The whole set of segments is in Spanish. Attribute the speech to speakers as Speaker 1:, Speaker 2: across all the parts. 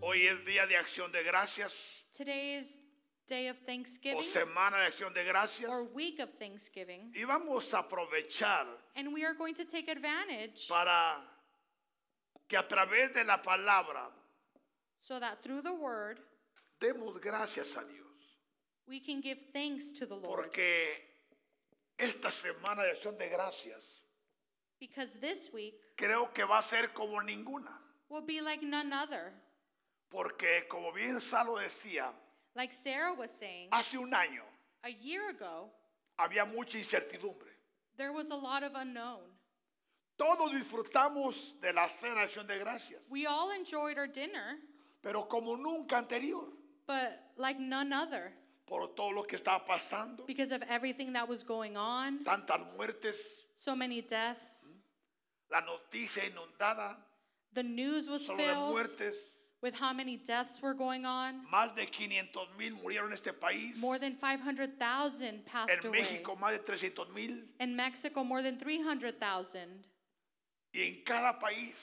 Speaker 1: Hoy es día de acción de gracias
Speaker 2: Today is day of
Speaker 1: o
Speaker 2: Thanksgiving
Speaker 1: semana de acción de gracias.
Speaker 2: or week of Thanksgiving,
Speaker 1: Y vamos a aprovechar
Speaker 2: and we are going to take advantage
Speaker 1: para que a través de la palabra
Speaker 2: so that through the word
Speaker 1: demos gracias a Dios.
Speaker 2: we can give thanks to the Lord.
Speaker 1: Porque esta semana de acción de gracias
Speaker 2: Because this week
Speaker 1: creo que va a ser como ninguna.
Speaker 2: will be like none other.
Speaker 1: Porque como bien Salo decía,
Speaker 2: Like Sarah was saying,
Speaker 1: hace un año
Speaker 2: a year ago,
Speaker 1: había mucha incertidumbre.
Speaker 2: there was a lot of unknown.
Speaker 1: Todos disfrutamos de la cena de acción de gracias,
Speaker 2: We all enjoyed our dinner,
Speaker 1: pero como nunca anterior,
Speaker 2: but like none other
Speaker 1: por todo lo que estaba pasando,
Speaker 2: because of everything that was going on,
Speaker 1: tantas muertes,
Speaker 2: so many deaths.
Speaker 1: la noticia inundada,
Speaker 2: The news was
Speaker 1: solo de
Speaker 2: filled
Speaker 1: muertes,
Speaker 2: with how many deaths were going on.
Speaker 1: más de 500 mil murieron en este país,
Speaker 2: More than 500,000 passed
Speaker 1: en
Speaker 2: away.
Speaker 1: México más de 300 mil,
Speaker 2: In Mexico, more than 300,000.
Speaker 1: y en cada país,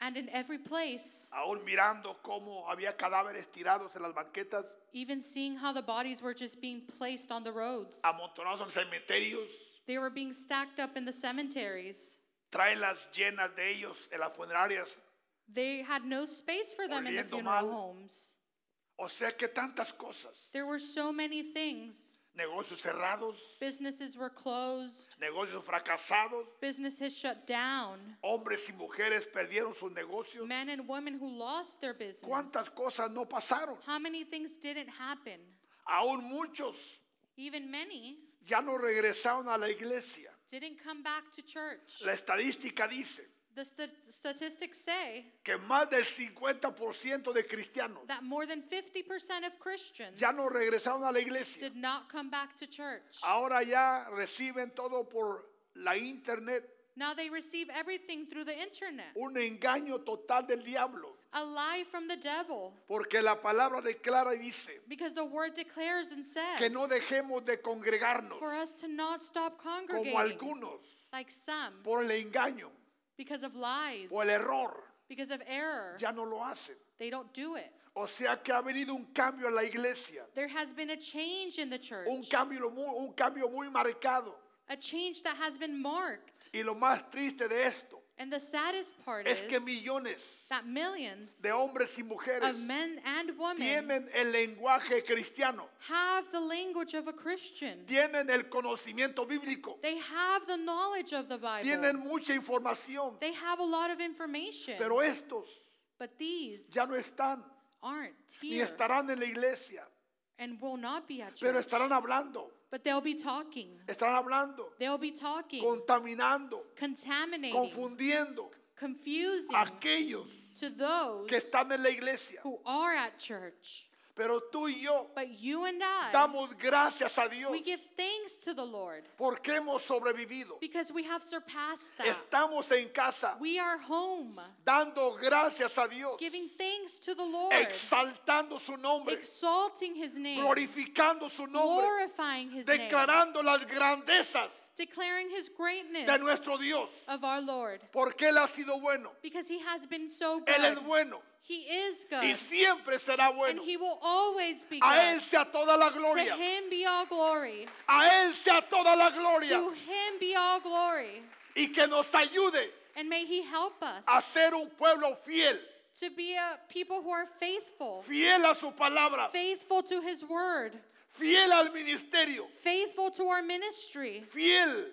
Speaker 2: And in every place,
Speaker 1: aún mirando cómo había cadáveres tirados en las banquetas,
Speaker 2: even seeing how the bodies were just being placed on the roads,
Speaker 1: amontonados en cementerios,
Speaker 2: they were being stacked up in the cemeteries.
Speaker 1: tráelas llenas de ellos en las funerarias,
Speaker 2: They had no space for them in the
Speaker 1: Oliendo
Speaker 2: funeral
Speaker 1: mal.
Speaker 2: homes.
Speaker 1: o sea que tantas cosas,
Speaker 2: There were so many things.
Speaker 1: negocios cerrados,
Speaker 2: Businesses were closed,
Speaker 1: negocios fracasados,
Speaker 2: businesses shut down,
Speaker 1: hombres y mujeres perdieron sus negocios.
Speaker 2: men and women who lost their business.
Speaker 1: ¿Cuántas cosas no pasaron?
Speaker 2: How many things didn't happen?
Speaker 1: Aún muchos
Speaker 2: Even many
Speaker 1: ya no regresaron a la iglesia.
Speaker 2: didn't come back to church.
Speaker 1: La estadística dice
Speaker 2: The st- statistics say
Speaker 1: que más del 50% de cristianos
Speaker 2: that more than 50% of Christians
Speaker 1: ya no regresaron a la iglesia.
Speaker 2: did not come back to church.
Speaker 1: Ahora ya reciben todo por la internet,
Speaker 2: Now they receive everything through the internet,
Speaker 1: un engaño total del diablo,
Speaker 2: a lie from the devil,
Speaker 1: porque la palabra declara y dice
Speaker 2: because the word declares and says
Speaker 1: que no dejemos de congregarnos
Speaker 2: for us to not stop
Speaker 1: como
Speaker 2: congregating
Speaker 1: algunos
Speaker 2: like some
Speaker 1: por el engaño
Speaker 2: because of lies,
Speaker 1: o el error,
Speaker 2: because of error.
Speaker 1: ya no lo hacen.
Speaker 2: They don't do it.
Speaker 1: O sea que ha venido un cambio en la iglesia,
Speaker 2: There has been a change in the church,
Speaker 1: un cambio, mu- un cambio muy marcado.
Speaker 2: a change that has been marked.
Speaker 1: Y lo más triste de esto
Speaker 2: And the saddest part
Speaker 1: es
Speaker 2: is
Speaker 1: que millones
Speaker 2: that millions
Speaker 1: de hombres y mujeres
Speaker 2: of men and women
Speaker 1: tienen el lenguaje cristiano,
Speaker 2: have the language of a Christian.
Speaker 1: tienen el conocimiento bíblico,
Speaker 2: They have the knowledge of the
Speaker 1: tienen
Speaker 2: Bible.
Speaker 1: mucha información,
Speaker 2: They have a lot of information.
Speaker 1: pero estos
Speaker 2: But these
Speaker 1: ya no están
Speaker 2: aren't
Speaker 1: ni
Speaker 2: here
Speaker 1: estarán en la iglesia,
Speaker 2: and will not be at
Speaker 1: pero
Speaker 2: church.
Speaker 1: estarán hablando,
Speaker 2: But they'll be talking.
Speaker 1: estarán hablando,
Speaker 2: They'll be talking,
Speaker 1: contaminando,
Speaker 2: contaminating,
Speaker 1: confundiendo
Speaker 2: confusing
Speaker 1: a aquellos
Speaker 2: to those
Speaker 1: que están en la iglesia.
Speaker 2: who are at church.
Speaker 1: Pero tú y yo
Speaker 2: But you and I,
Speaker 1: damos gracias a Dios
Speaker 2: we give thanks to the Lord
Speaker 1: porque hemos sobrevivido.
Speaker 2: because we have surpassed that.
Speaker 1: Estamos en casa
Speaker 2: We are home,
Speaker 1: dando gracias a Dios,
Speaker 2: giving thanks to the Lord.
Speaker 1: exaltando su nombre,
Speaker 2: exalting his name,
Speaker 1: glorificando su nombre,
Speaker 2: glorifying his name,
Speaker 1: declarando las grandezas
Speaker 2: declaring his greatness
Speaker 1: de nuestro Dios,
Speaker 2: of our Lord,
Speaker 1: porque Él ha sido bueno,
Speaker 2: because he has been so
Speaker 1: Él es
Speaker 2: good.
Speaker 1: bueno
Speaker 2: He is
Speaker 1: y
Speaker 2: good,
Speaker 1: siempre será
Speaker 2: and
Speaker 1: bueno.
Speaker 2: he will always be
Speaker 1: A
Speaker 2: good.
Speaker 1: Él sea toda la
Speaker 2: To
Speaker 1: gloria,
Speaker 2: him be all glory.
Speaker 1: a Él sea toda la gloria
Speaker 2: To him be all glory.
Speaker 1: y que nos ayude
Speaker 2: And may he help us
Speaker 1: a ser un pueblo fiel,
Speaker 2: to be a people who are faithful,
Speaker 1: fiel a su palabra,
Speaker 2: faithful to his word,
Speaker 1: fiel al ministerio,
Speaker 2: faithful to our ministry,
Speaker 1: fiel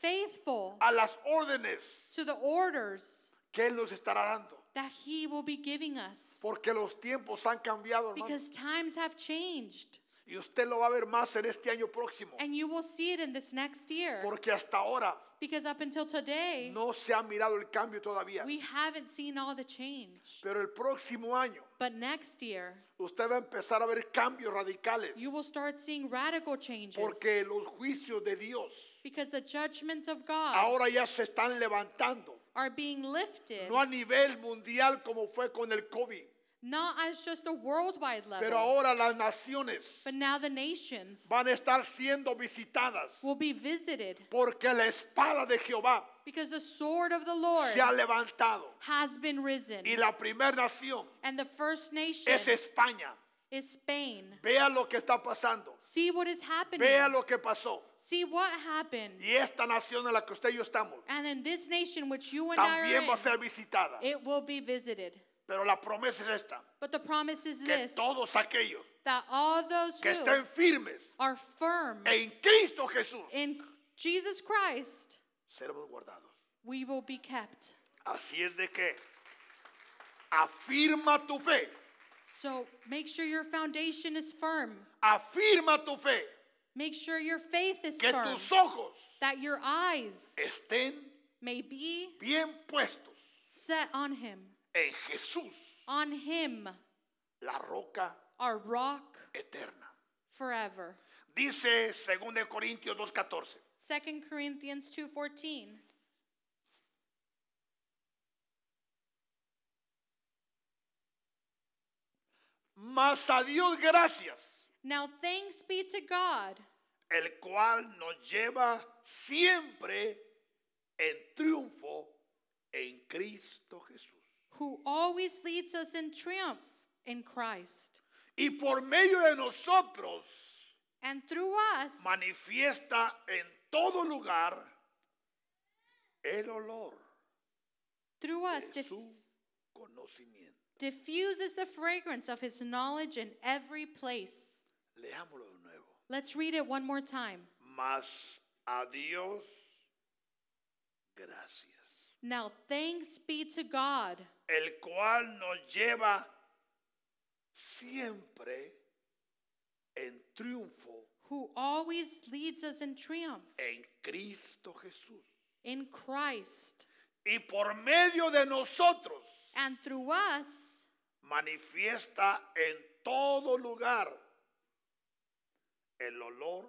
Speaker 2: faithful
Speaker 1: a las órdenes
Speaker 2: to the orders
Speaker 1: que Él nos estará dando.
Speaker 2: that he will be giving us.
Speaker 1: Porque los tiempos han cambiado, hermano.
Speaker 2: Because times have changed.
Speaker 1: y usted lo va a ver más en este año próximo.
Speaker 2: And you will see it in this next year.
Speaker 1: Porque hasta ahora
Speaker 2: Because up until today,
Speaker 1: no se ha mirado el cambio todavía.
Speaker 2: we haven't seen all the change.
Speaker 1: Pero el próximo año
Speaker 2: But next year,
Speaker 1: usted va a empezar a ver cambios radicales.
Speaker 2: you will start seeing radical changes.
Speaker 1: Porque los juicios de Dios
Speaker 2: Because the judgments of God
Speaker 1: ahora ya se están levantando.
Speaker 2: are being lifted.
Speaker 1: No a nivel mundial como fue con el COVID,
Speaker 2: not as just a worldwide
Speaker 1: Pero
Speaker 2: level,
Speaker 1: ahora las naciones
Speaker 2: but now the nations
Speaker 1: van a estar siendo visitadas
Speaker 2: will be visited
Speaker 1: porque la espada de Jehová
Speaker 2: because the sword of the Lord
Speaker 1: se ha levantado.
Speaker 2: has been risen.
Speaker 1: Y la primera nación
Speaker 2: And the first nation
Speaker 1: es España.
Speaker 2: is Spain.
Speaker 1: Vea lo que está pasando.
Speaker 2: See what is happening.
Speaker 1: Vea lo que pasó.
Speaker 2: See what happened.
Speaker 1: Y esta nación en la que usted y yo estamos
Speaker 2: And then this nation which you and I are
Speaker 1: también va a
Speaker 2: in,
Speaker 1: ser visitada.
Speaker 2: it will be visited.
Speaker 1: Pero la promesa es esta.
Speaker 2: But the promise is
Speaker 1: Que
Speaker 2: this
Speaker 1: todos aquellos
Speaker 2: that all those
Speaker 1: que
Speaker 2: who
Speaker 1: estén firmes
Speaker 2: are firm
Speaker 1: en Cristo Jesús
Speaker 2: in Jesus Christ,
Speaker 1: seremos guardados.
Speaker 2: we will be kept.
Speaker 1: Así es de que afirma tu fe,
Speaker 2: So make sure your foundation is firm.
Speaker 1: afirma tu fe,
Speaker 2: Make sure your faith is
Speaker 1: que
Speaker 2: firm.
Speaker 1: tus ojos
Speaker 2: That your eyes
Speaker 1: estén
Speaker 2: may be
Speaker 1: bien puestos
Speaker 2: set on Him.
Speaker 1: en Jesús,
Speaker 2: On Him,
Speaker 1: la roca
Speaker 2: our rock
Speaker 1: eterna.
Speaker 2: forever.
Speaker 1: Dice 2 de Corintios 2:14.
Speaker 2: 2 Corinthians 2:14.
Speaker 1: Mas a Dios gracias,
Speaker 2: Now thanks be to God,
Speaker 1: el cual nos lleva siempre en triunfo en Cristo Jesús.
Speaker 2: who always leads us in triumph in Christ,
Speaker 1: Y por medio de nosotros
Speaker 2: and through us
Speaker 1: manifiesta en todo lugar el olor
Speaker 2: through
Speaker 1: de
Speaker 2: us dif-
Speaker 1: su conocimiento.
Speaker 2: diffuses the fragrance of his knowledge in every place.
Speaker 1: Leámoslo de nuevo.
Speaker 2: Let's read it one more time.
Speaker 1: Mas a Dios gracias.
Speaker 2: Now thanks be to God,
Speaker 1: el cual nos lleva siempre en triunfo
Speaker 2: who always leads us in triumph
Speaker 1: en Cristo Jesús.
Speaker 2: in Christ,
Speaker 1: Y por medio de nosotros
Speaker 2: and through us
Speaker 1: manifiesta en todo lugar el olor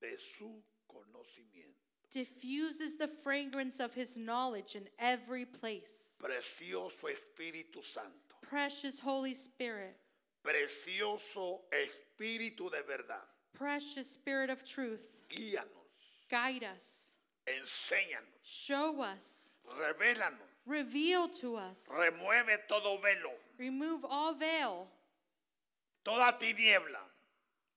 Speaker 1: de su conocimiento.
Speaker 2: diffuses the fragrance of his knowledge in every place.
Speaker 1: Precioso Espíritu Santo,
Speaker 2: Precious Holy Spirit.
Speaker 1: precioso Espíritu de verdad,
Speaker 2: Precious Spirit of truth,
Speaker 1: guíanos,
Speaker 2: guide us,
Speaker 1: enséñanos,
Speaker 2: show us,
Speaker 1: revélanos.
Speaker 2: reveal to us,
Speaker 1: Remueve todo velo,
Speaker 2: remove all veil,
Speaker 1: toda tiniebla,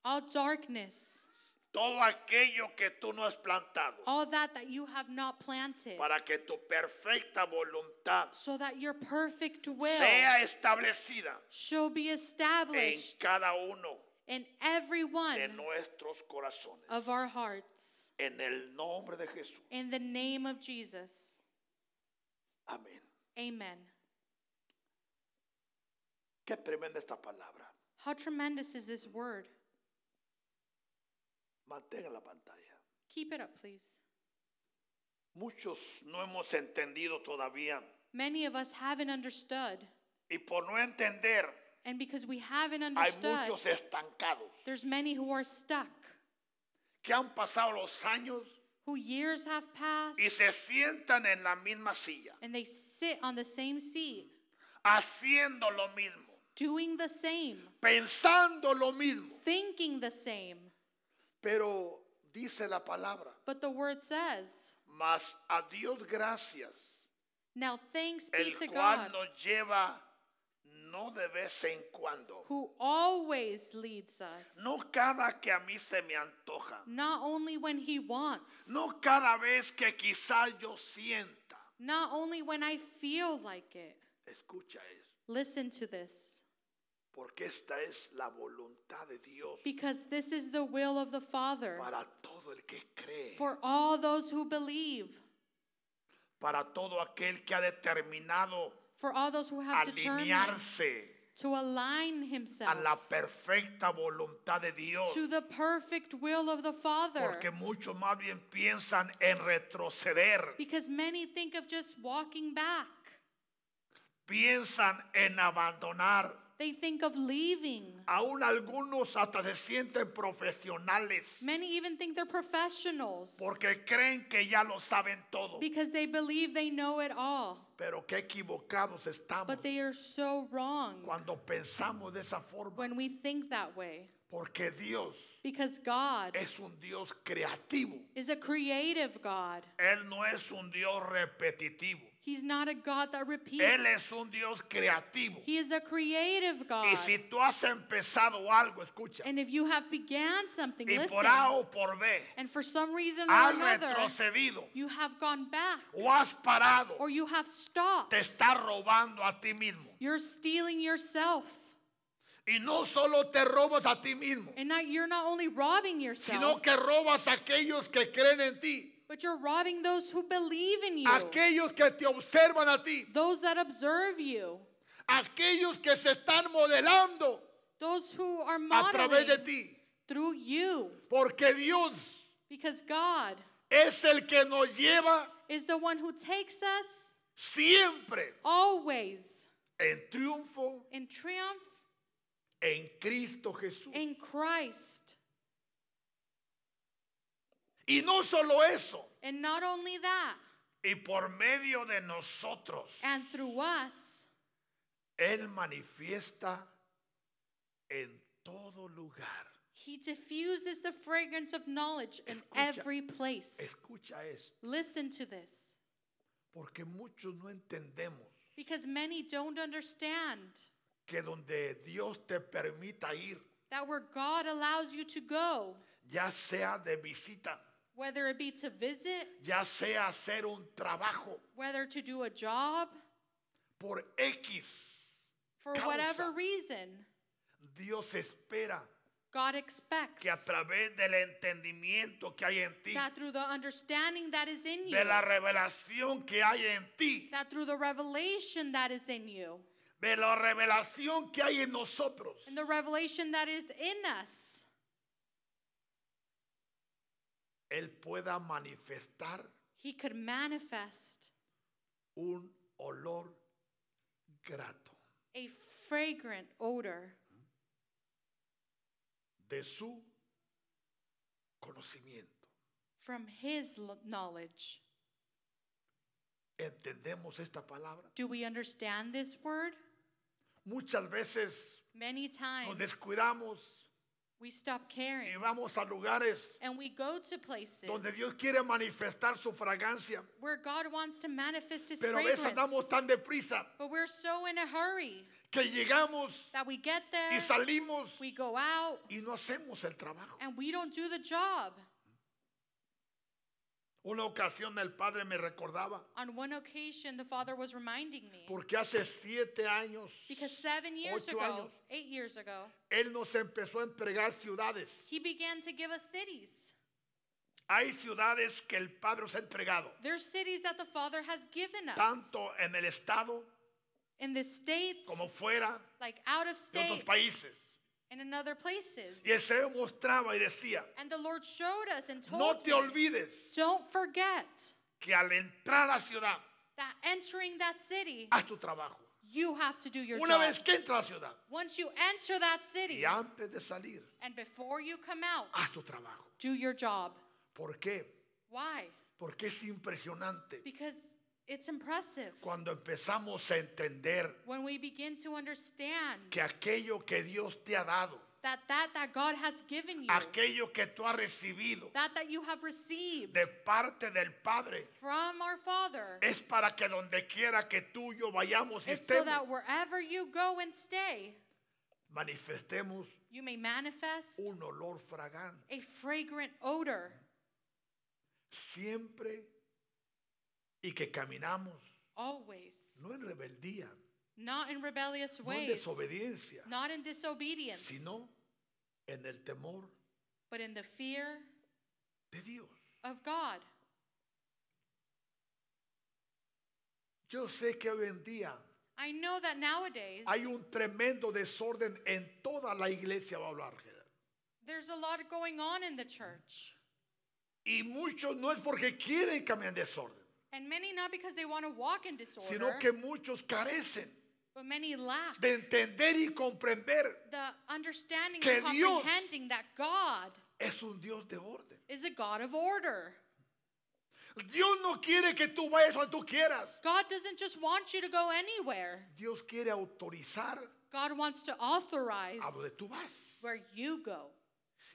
Speaker 2: all darkness,
Speaker 1: todo aquello que tú no has plantado,
Speaker 2: all that that you have not planted,
Speaker 1: para que tu perfecta voluntad
Speaker 2: so that your perfect will
Speaker 1: sea establecida
Speaker 2: shall be
Speaker 1: en
Speaker 2: established
Speaker 1: cada uno
Speaker 2: in every one
Speaker 1: de nuestros corazones.
Speaker 2: of our hearts.
Speaker 1: En el nombre de Jesús.
Speaker 2: In the name of Jesus,
Speaker 1: Amén.
Speaker 2: amen.
Speaker 1: Qué tremenda esta palabra.
Speaker 2: How tremendous is this word?
Speaker 1: Mantenga la pantalla.
Speaker 2: Keep it up, please.
Speaker 1: Muchos no hemos entendido todavía
Speaker 2: Many of us haven't understood,
Speaker 1: y por no entender
Speaker 2: and because we haven't
Speaker 1: hay
Speaker 2: understood,
Speaker 1: muchos estancados
Speaker 2: There's many who are stuck,
Speaker 1: que han pasado los años
Speaker 2: who years have passed
Speaker 1: y se sientan en la misma silla,
Speaker 2: and they sit on the same seat,
Speaker 1: haciendo lo mismo,
Speaker 2: doing the same,
Speaker 1: pensando lo mismo.
Speaker 2: thinking the same.
Speaker 1: Pero dice la palabra,
Speaker 2: But the word says,
Speaker 1: mas a Dios gracias,
Speaker 2: Now thanks be
Speaker 1: el
Speaker 2: to
Speaker 1: cual
Speaker 2: God,
Speaker 1: nos lleva no de vez en cuando,
Speaker 2: who always leads us,
Speaker 1: no cada que a mí se me antoja,
Speaker 2: not only when He wants,
Speaker 1: no cada vez que quizás yo sienta.
Speaker 2: not only when I feel like it.
Speaker 1: Escucha eso,
Speaker 2: Listen to this,
Speaker 1: porque esta es la voluntad de Dios
Speaker 2: because this is the will of the Father
Speaker 1: para todo el que cree.
Speaker 2: for all those who believe,
Speaker 1: para todo aquel que ha determinado
Speaker 2: for all those who have determined.
Speaker 1: alinearse
Speaker 2: to align himself
Speaker 1: a la perfecta voluntad de Dios.
Speaker 2: to the perfect will of the Father.
Speaker 1: Porque muchos más bien piensan en retroceder,
Speaker 2: Because many think of just walking back,
Speaker 1: piensan en abandonar,
Speaker 2: They think of leaving.
Speaker 1: Aún algunos hasta se sienten profesionales
Speaker 2: Many even think they're professionals
Speaker 1: porque creen que ya lo saben todo.
Speaker 2: because they believe they know it all.
Speaker 1: Pero qué equivocados estamos
Speaker 2: But they are so wrong
Speaker 1: cuando pensamos de esa forma.
Speaker 2: when we think that way
Speaker 1: Porque Dios
Speaker 2: because God
Speaker 1: es un Dios creativo.
Speaker 2: is a creative God.
Speaker 1: Él no es un Dios repetitivo.
Speaker 2: He's not a God that
Speaker 1: Él es
Speaker 2: repeats.
Speaker 1: un Dios creativo.
Speaker 2: He is a creative
Speaker 1: Y
Speaker 2: God.
Speaker 1: si tú has empezado algo, escucha,
Speaker 2: And if you have began something,
Speaker 1: y
Speaker 2: listen.
Speaker 1: por A o por B,
Speaker 2: And for some reason or
Speaker 1: has
Speaker 2: another,
Speaker 1: retrocedido
Speaker 2: you have gone back
Speaker 1: o has parado,
Speaker 2: or you have stopped.
Speaker 1: te está robando a ti mismo.
Speaker 2: You're stealing yourself.
Speaker 1: Y no solo te robas a ti mismo,
Speaker 2: And not, you're not only robbing yourself,
Speaker 1: sino que robas a aquellos que creen en ti,
Speaker 2: but you're robbing those who believe in you,
Speaker 1: aquellos que te observan a ti,
Speaker 2: those that observe you,
Speaker 1: aquellos que se están modelando
Speaker 2: those who are
Speaker 1: a través de
Speaker 2: modeling
Speaker 1: ti.
Speaker 2: through you.
Speaker 1: Porque Dios
Speaker 2: Because God
Speaker 1: es el que nos lleva
Speaker 2: is the one who takes us
Speaker 1: siempre
Speaker 2: always
Speaker 1: en triunfo
Speaker 2: in triumph
Speaker 1: en Cristo Jesús.
Speaker 2: in Christ.
Speaker 1: Y no solo eso,
Speaker 2: And not only that,
Speaker 1: y por medio de nosotros,
Speaker 2: and through us,
Speaker 1: Él manifiesta en todo lugar.
Speaker 2: He diffuses the fragrance of knowledge in
Speaker 1: Escucha.
Speaker 2: every place.
Speaker 1: Escucha esto,
Speaker 2: Listen to this,
Speaker 1: porque muchos no entendemos
Speaker 2: because many don't understand
Speaker 1: que donde Dios te permita ir,
Speaker 2: that where God allows you to go,
Speaker 1: ya sea de visita,
Speaker 2: whether it be to visit,
Speaker 1: ya sea hacer un trabajo
Speaker 2: whether to do a job,
Speaker 1: por X,
Speaker 2: for
Speaker 1: Causa.
Speaker 2: whatever reason,
Speaker 1: Dios espera
Speaker 2: God expects
Speaker 1: que a través del entendimiento que hay en ti,
Speaker 2: that through the understanding that is in you,
Speaker 1: de la revelación que hay en ti,
Speaker 2: that through the revelation that is in you,
Speaker 1: de la revelación que hay en nosotros,
Speaker 2: and the revelation that is in us,
Speaker 1: Él pueda manifestar
Speaker 2: He could manifest
Speaker 1: un olor grato
Speaker 2: a fragrant odor
Speaker 1: de su conocimiento.
Speaker 2: from His lo- knowledge.
Speaker 1: ¿Entendemos esta palabra?
Speaker 2: Do we understand this word?
Speaker 1: Muchas veces
Speaker 2: Many times
Speaker 1: nos descuidamos
Speaker 2: we stop caring
Speaker 1: y vamos a lugares
Speaker 2: and we go to places
Speaker 1: donde Dios quiere manifestar su fragancia,
Speaker 2: where God wants to manifest His
Speaker 1: pero a veces andamos
Speaker 2: fragrance.
Speaker 1: tan deprisa
Speaker 2: But we're so in a hurry
Speaker 1: que llegamos
Speaker 2: that we get
Speaker 1: y
Speaker 2: there,
Speaker 1: salimos
Speaker 2: we go out,
Speaker 1: y no hacemos el trabajo.
Speaker 2: and we don't do the job.
Speaker 1: Una ocasión el padre me recordaba,
Speaker 2: On one occasion, the father was reminding me
Speaker 1: porque hace siete años
Speaker 2: because seven years
Speaker 1: Ocho
Speaker 2: ago,
Speaker 1: años.
Speaker 2: eight years ago,
Speaker 1: él nos empezó a entregar ciudades.
Speaker 2: he began to give us cities.
Speaker 1: Hay ciudades que el Padre os ha entregado,
Speaker 2: There's cities that the father has given us
Speaker 1: tanto en el Estado
Speaker 2: in the states,
Speaker 1: como fuera
Speaker 2: like out of
Speaker 1: de otros
Speaker 2: state,
Speaker 1: países.
Speaker 2: and in other places.
Speaker 1: Y el Señor mostraba y decía,
Speaker 2: And the Lord showed us and told
Speaker 1: no te
Speaker 2: me,
Speaker 1: olvides
Speaker 2: don't forget
Speaker 1: que al entrar a la ciudad,
Speaker 2: that entering that city,
Speaker 1: haz tu trabajo.
Speaker 2: you have to do your
Speaker 1: Una
Speaker 2: job.
Speaker 1: vez que entras a la ciudad
Speaker 2: Once you enter that city,
Speaker 1: y antes de salir,
Speaker 2: and before you come out,
Speaker 1: haz tu trabajo.
Speaker 2: do your job.
Speaker 1: ¿Por qué?
Speaker 2: Why?
Speaker 1: Porque es impresionante
Speaker 2: Because it's impressive
Speaker 1: cuando empezamos a entender
Speaker 2: when we begin to understand
Speaker 1: que aquello que Dios te ha dado,
Speaker 2: that that that God has given you, that
Speaker 1: aquello que tú has recibido
Speaker 2: that you have received
Speaker 1: de parte del Padre,
Speaker 2: from our Father,
Speaker 1: es para que donde quiera que tú y yo vayamos y
Speaker 2: it's so
Speaker 1: estemos,
Speaker 2: that wherever you go and stay,
Speaker 1: manifestemos
Speaker 2: you may manifest
Speaker 1: un olor fragante.
Speaker 2: a fragrant odor
Speaker 1: Siempre y que caminamos,
Speaker 2: always.
Speaker 1: no en rebeldía,
Speaker 2: not in rebellious
Speaker 1: no en
Speaker 2: ways,
Speaker 1: desobediencia,
Speaker 2: not in disobedience,
Speaker 1: sino en el temor
Speaker 2: but in the fear
Speaker 1: de Dios.
Speaker 2: of God.
Speaker 1: Yo sé que hoy en día
Speaker 2: I know that nowadays
Speaker 1: hay un tremendo desorden en toda la iglesia, va a hablar. Gerardo.
Speaker 2: there's a lot going on in the church,
Speaker 1: Y muchos no es porque quieren cambiar en desorden,
Speaker 2: and many not because they want to walk in disorder,
Speaker 1: sino que muchos carecen
Speaker 2: But many lack
Speaker 1: de entender y comprender
Speaker 2: the understanding
Speaker 1: Que
Speaker 2: and
Speaker 1: Dios-
Speaker 2: comprehending that God
Speaker 1: es un Dios de orden.
Speaker 2: is a God of order.
Speaker 1: Dios no quiere que tú vayas donde tú quieras.
Speaker 2: God doesn't just want you to go anywhere.
Speaker 1: Dios quiere autorizar
Speaker 2: God wants to authorize
Speaker 1: a donde tú vas.
Speaker 2: where you go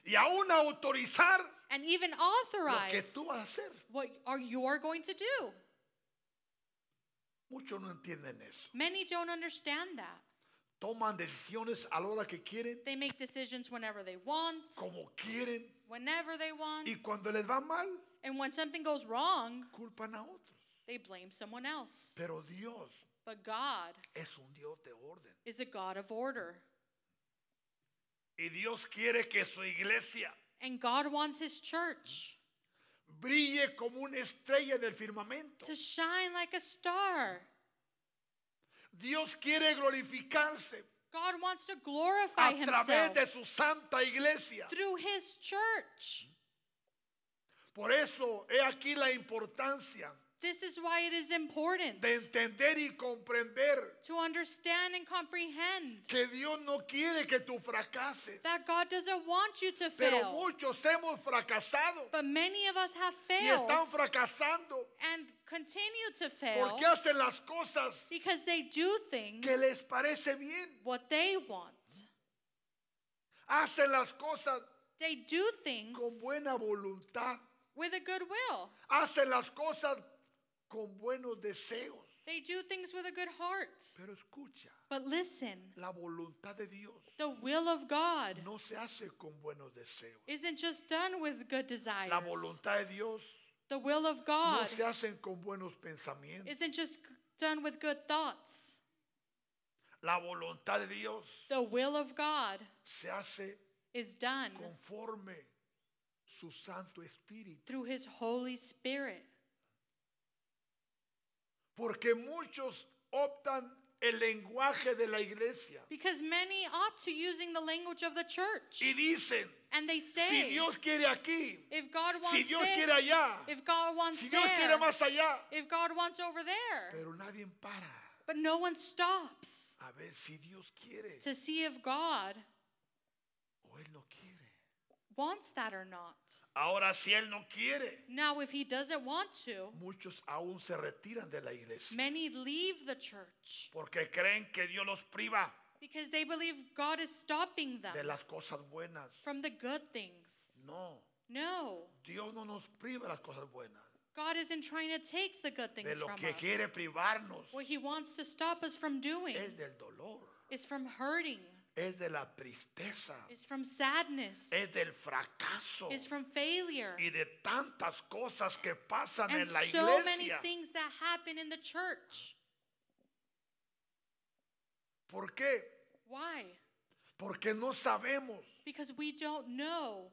Speaker 1: Y aún autorizar
Speaker 2: and even
Speaker 1: lo que
Speaker 2: authorize
Speaker 1: tú vas a hacer.
Speaker 2: what are you're going to do.
Speaker 1: Muchos no entienden eso.
Speaker 2: Many don't understand that.
Speaker 1: Toman decisiones a la hora que quieren,
Speaker 2: They make decisions whenever they want,
Speaker 1: como quieren.
Speaker 2: whenever they want.
Speaker 1: Y cuando les va mal,
Speaker 2: And when something goes wrong,
Speaker 1: culpan a otros.
Speaker 2: they blame someone else.
Speaker 1: Pero Dios
Speaker 2: But God
Speaker 1: es un Dios de orden.
Speaker 2: is a God of order.
Speaker 1: Y Dios quiere que su iglesia
Speaker 2: And God wants his church
Speaker 1: brille como una estrella del firmamento.
Speaker 2: to shine like a star.
Speaker 1: Dios quiere glorificarse
Speaker 2: God wants to glorify
Speaker 1: a través
Speaker 2: himself
Speaker 1: de su santa iglesia.
Speaker 2: through his church.
Speaker 1: Por eso he aquí la importancia
Speaker 2: This is why it is important
Speaker 1: de entender y comprender
Speaker 2: to understand and comprehend
Speaker 1: que Dios no quiere que tú fracases.
Speaker 2: that God doesn't want you to
Speaker 1: Pero
Speaker 2: fail.
Speaker 1: muchos hemos fracasado
Speaker 2: But many of us have
Speaker 1: y
Speaker 2: failed
Speaker 1: están fracasando
Speaker 2: and continue to fail
Speaker 1: porque hacen las cosas
Speaker 2: because they do things
Speaker 1: que les parece bien.
Speaker 2: what they want.
Speaker 1: Hacen las cosas
Speaker 2: They do things
Speaker 1: con buena voluntad.
Speaker 2: with a good will.
Speaker 1: Hacen las cosas con buenos deseos.
Speaker 2: They do things with a good heart.
Speaker 1: Pero escucha,
Speaker 2: But listen,
Speaker 1: la voluntad de Dios
Speaker 2: the will of God
Speaker 1: no se hace con buenos deseos.
Speaker 2: isn't just done with good desires.
Speaker 1: La voluntad de Dios
Speaker 2: The will of
Speaker 1: no
Speaker 2: God
Speaker 1: se hacen con buenos pensamientos.
Speaker 2: isn't just done with good thoughts.
Speaker 1: La voluntad de Dios
Speaker 2: The will of God
Speaker 1: se hace
Speaker 2: is done
Speaker 1: conforme su Santo Espíritu.
Speaker 2: through His Holy Spirit.
Speaker 1: Porque muchos optan el lenguaje de la iglesia
Speaker 2: Because many opt to using the language of the
Speaker 1: y
Speaker 2: church.
Speaker 1: dicen,
Speaker 2: And they
Speaker 1: si
Speaker 2: say,
Speaker 1: Dios quiere aquí,
Speaker 2: if God wants
Speaker 1: Dios
Speaker 2: this,
Speaker 1: quiere allá,
Speaker 2: if God wants
Speaker 1: si
Speaker 2: there,
Speaker 1: Dios quiere más allá,
Speaker 2: if God wants over there.
Speaker 1: pero nadie para
Speaker 2: But no one stops
Speaker 1: a ver si Dios quiere
Speaker 2: to see if God
Speaker 1: o Él no quiere.
Speaker 2: wants that or not.
Speaker 1: Ahora si Él no quiere,
Speaker 2: Now, if He doesn't want to,
Speaker 1: muchos aún se retiran de la iglesia
Speaker 2: many leave the church
Speaker 1: porque creen que Dios los priva
Speaker 2: because they believe God is stopping
Speaker 1: de
Speaker 2: them
Speaker 1: las cosas buenas.
Speaker 2: from the good things.
Speaker 1: No,
Speaker 2: No,
Speaker 1: Dios no nos priva de las cosas buenas,
Speaker 2: God isn't trying to take the good
Speaker 1: de
Speaker 2: things
Speaker 1: lo
Speaker 2: from
Speaker 1: que
Speaker 2: us.
Speaker 1: quiere privarnos
Speaker 2: What He wants to stop us from doing
Speaker 1: es del dolor,
Speaker 2: is from hurting,
Speaker 1: es de la tristeza,
Speaker 2: is from sadness,
Speaker 1: es del fracaso
Speaker 2: is from failure.
Speaker 1: y de tantas cosas que pasan
Speaker 2: And
Speaker 1: en la
Speaker 2: so many
Speaker 1: iglesia.
Speaker 2: things that happen in the church.
Speaker 1: ¿Por qué?
Speaker 2: Why?
Speaker 1: Porque no sabemos
Speaker 2: Because we don't know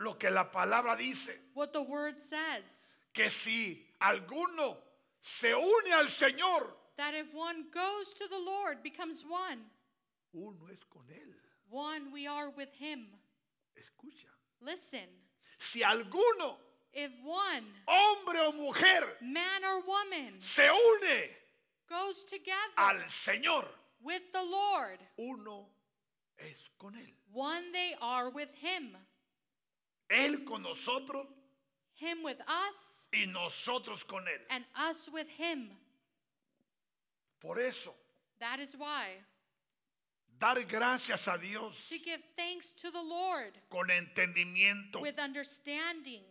Speaker 1: lo que la palabra dice,
Speaker 2: what the word says.
Speaker 1: que si alguno se une al Señor,
Speaker 2: That if one goes to the Lord, becomes one,
Speaker 1: uno es con Él.
Speaker 2: one we are with Him.
Speaker 1: Escucha.
Speaker 2: Listen,
Speaker 1: Si alguno,
Speaker 2: if one,
Speaker 1: hombre o mujer,
Speaker 2: man or woman,
Speaker 1: se une
Speaker 2: goes together
Speaker 1: al Señor,
Speaker 2: with the Lord,
Speaker 1: uno es con Él.
Speaker 2: one they are with Him.
Speaker 1: Él con nosotros
Speaker 2: Him with us,
Speaker 1: y nosotros con Él.
Speaker 2: and us with Him.
Speaker 1: Por eso,
Speaker 2: That is why
Speaker 1: dar gracias a Dios
Speaker 2: to give thanks to the Lord
Speaker 1: con entendimiento,
Speaker 2: with understanding,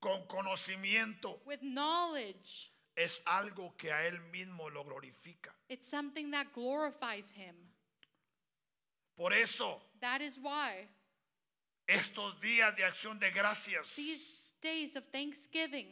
Speaker 1: con conocimiento,
Speaker 2: with knowledge.
Speaker 1: es algo que a Él mismo lo glorifica.
Speaker 2: It's something that glorifies Him.
Speaker 1: Por eso,
Speaker 2: That is why
Speaker 1: estos días de acción de gracias
Speaker 2: These days of thanksgiving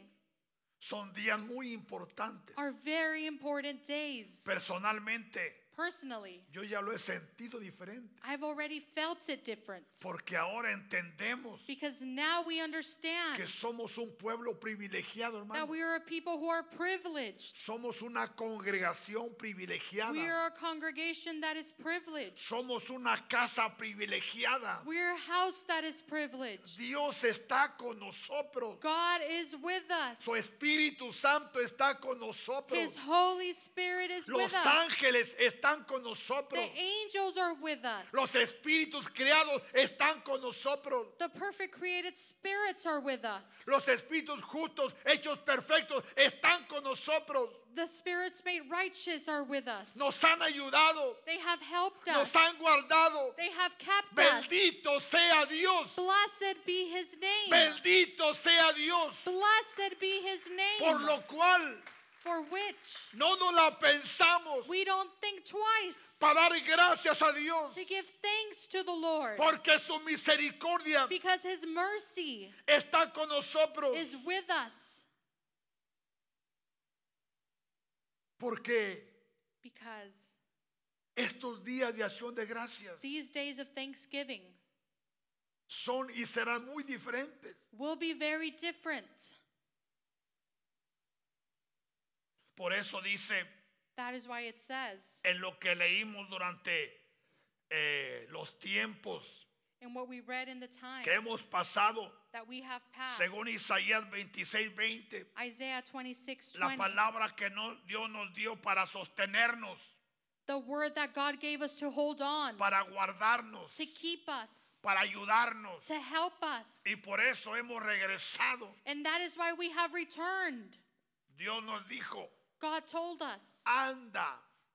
Speaker 1: son días muy importantes.
Speaker 2: are very important days.
Speaker 1: Personalmente,
Speaker 2: Personally,
Speaker 1: Yo ya lo he sentido diferente,
Speaker 2: I've already felt it different
Speaker 1: porque ahora entendemos
Speaker 2: because now we
Speaker 1: que
Speaker 2: understand
Speaker 1: somos un pueblo privilegiado,
Speaker 2: that
Speaker 1: hermano.
Speaker 2: we are a people who are privileged.
Speaker 1: Somos una congregación
Speaker 2: We
Speaker 1: privilegiada.
Speaker 2: are a congregation that is privileged.
Speaker 1: Somos una casa privilegiada.
Speaker 2: We are a house that is privileged.
Speaker 1: Dios está con nosotros.
Speaker 2: God is with
Speaker 1: Su
Speaker 2: us.
Speaker 1: Espíritu Santo está con
Speaker 2: His
Speaker 1: nosotros.
Speaker 2: Holy Spirit is
Speaker 1: Los
Speaker 2: with us.
Speaker 1: ángeles están con
Speaker 2: The
Speaker 1: nosotros.
Speaker 2: angels are with us.
Speaker 1: Los espíritus creados están con nosotros.
Speaker 2: The perfect created spirits are with us.
Speaker 1: Los espíritus justos, hechos perfectos, están con nosotros.
Speaker 2: The spirits made righteous are with us.
Speaker 1: Nos han ayudado.
Speaker 2: They have helped us.
Speaker 1: Nos han guardado.
Speaker 2: They have kept us.
Speaker 1: Bendito sea Dios.
Speaker 2: Blessed be his name.
Speaker 1: Bendito sea Dios.
Speaker 2: Blessed be his
Speaker 1: Por
Speaker 2: name.
Speaker 1: lo cual
Speaker 2: For which
Speaker 1: no nos la pensamos
Speaker 2: we don't think twice
Speaker 1: para dar gracias a Dios.
Speaker 2: to give thanks to the Lord
Speaker 1: Porque su misericordia
Speaker 2: because his mercy
Speaker 1: está con nosotros.
Speaker 2: is with us.
Speaker 1: Porque
Speaker 2: Because
Speaker 1: estos días de acción de gracias
Speaker 2: these days of thanksgiving
Speaker 1: son y serán muy diferentes.
Speaker 2: will be very different.
Speaker 1: Por eso dice
Speaker 2: That is why it says,
Speaker 1: en lo que leímos durante eh, los tiempos
Speaker 2: in what we read in the time
Speaker 1: que hemos pasado,
Speaker 2: that we have passed,
Speaker 1: según Isaías 26, 20,
Speaker 2: Isaiah 26
Speaker 1: la
Speaker 2: 20,
Speaker 1: palabra que no- Dios nos dio para sostenernos,
Speaker 2: the word that God gave us to hold on,
Speaker 1: para guardarnos,
Speaker 2: to keep us,
Speaker 1: para ayudarnos.
Speaker 2: to help us.
Speaker 1: Y por eso hemos regresado.
Speaker 2: And that is why we have returned.
Speaker 1: Dios nos dijo,
Speaker 2: God told us,
Speaker 1: anda,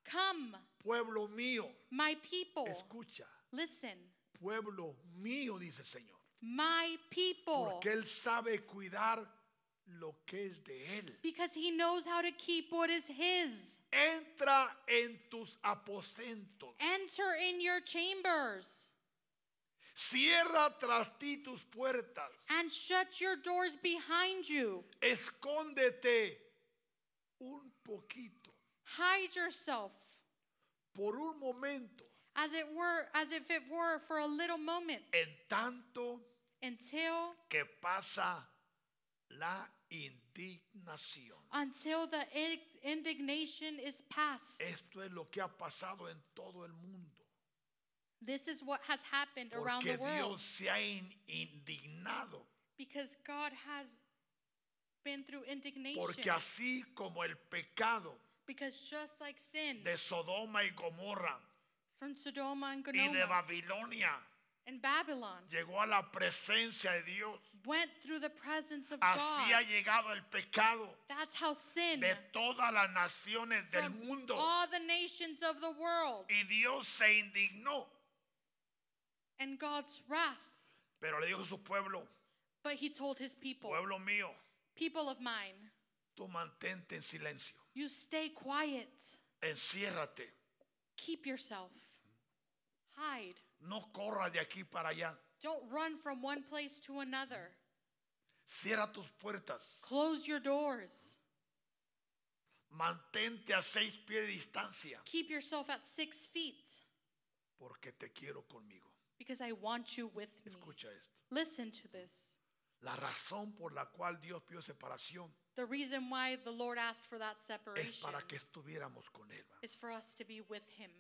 Speaker 2: Come,
Speaker 1: pueblo mío,
Speaker 2: my people,
Speaker 1: escucha,
Speaker 2: listen,
Speaker 1: pueblo mío, dice el Señor.
Speaker 2: my people,
Speaker 1: Porque Él sabe cuidar lo que es de Él.
Speaker 2: because he knows how to keep what is his.
Speaker 1: Entra en tus aposentos.
Speaker 2: Enter in your chambers
Speaker 1: Cierra tras ti tus puertas.
Speaker 2: and shut your doors behind you.
Speaker 1: Escóndete un poquito,
Speaker 2: Hide yourself,
Speaker 1: por un momento,
Speaker 2: as it were, as if it were for a little moment,
Speaker 1: en tanto
Speaker 2: until
Speaker 1: que pasa la indignación.
Speaker 2: until the in- indignation is past.
Speaker 1: Esto es lo que ha pasado en todo el mundo.
Speaker 2: This is what has happened around
Speaker 1: Porque
Speaker 2: the world.
Speaker 1: Dios se ha in- indignado.
Speaker 2: Because God has been through indignation.
Speaker 1: Porque así como el pecado
Speaker 2: because just like sin
Speaker 1: de Sodoma y Gomorra
Speaker 2: from Sodoma and
Speaker 1: y de
Speaker 2: Gomorrah
Speaker 1: Babilonia
Speaker 2: and Babylon
Speaker 1: llegó a la presencia de Dios,
Speaker 2: went through the presence of
Speaker 1: así ha
Speaker 2: God,
Speaker 1: llegado el pecado
Speaker 2: that's how sin
Speaker 1: de todas las naciones del
Speaker 2: from
Speaker 1: mundo.
Speaker 2: all the nations of the world
Speaker 1: Y Dios se indignó,
Speaker 2: and God's wrath.
Speaker 1: pero le dijo a su pueblo,
Speaker 2: But he told his people,
Speaker 1: pueblo mío,
Speaker 2: people of mine,
Speaker 1: tú mantente en silencio,
Speaker 2: you stay quiet,
Speaker 1: enciérrate,
Speaker 2: keep yourself, hide,
Speaker 1: no corras de aquí para allá,
Speaker 2: don't run from one place to another,
Speaker 1: cierra tus puertas,
Speaker 2: close your doors.
Speaker 1: mantente a seis pies de distancia,
Speaker 2: Keep yourself at six feet
Speaker 1: porque te quiero conmigo.
Speaker 2: because I want you with me.
Speaker 1: Escucha esto.
Speaker 2: Listen to this.
Speaker 1: La razón por la cual Dios pidió separación
Speaker 2: The reason why the Lord asked for that
Speaker 1: es
Speaker 2: separation
Speaker 1: para que estuviéramos con Él. ¿va?
Speaker 2: is for us to be with Him.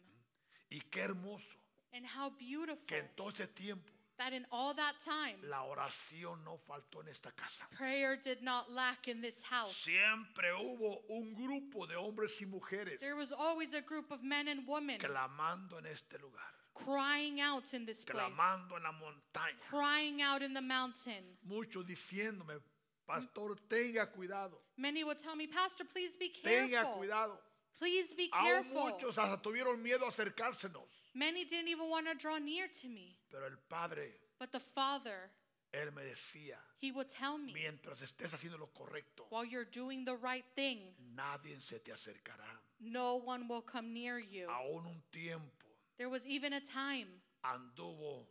Speaker 1: Y qué hermoso
Speaker 2: And how beautiful
Speaker 1: que en todo ese tiempo
Speaker 2: that in all that time,
Speaker 1: la oración no faltó en esta casa.
Speaker 2: prayer did not lack in this house.
Speaker 1: Siempre hubo un grupo de hombres y mujeres
Speaker 2: There was always a group of men and women
Speaker 1: clamando en este lugar,
Speaker 2: crying out in this place,
Speaker 1: clamando en la montaña.
Speaker 2: crying out in the mountain.
Speaker 1: Muchos diciéndome, pastor, tenga cuidado,
Speaker 2: Many would tell me, Pastor, please be
Speaker 1: tenga
Speaker 2: careful.
Speaker 1: cuidado.
Speaker 2: Please be
Speaker 1: Aún
Speaker 2: careful.
Speaker 1: muchos hasta tuvieron miedo a acercársenos,
Speaker 2: Many didn't even want to draw near to me.
Speaker 1: pero el Padre,
Speaker 2: But the Father,
Speaker 1: Él me decía,
Speaker 2: He will tell me,
Speaker 1: mientras estés haciendo lo correcto,
Speaker 2: while you're doing the right thing,
Speaker 1: nadie se te acercará.
Speaker 2: no one will come near you.
Speaker 1: Aún un tiempo
Speaker 2: There was even a time,
Speaker 1: anduvo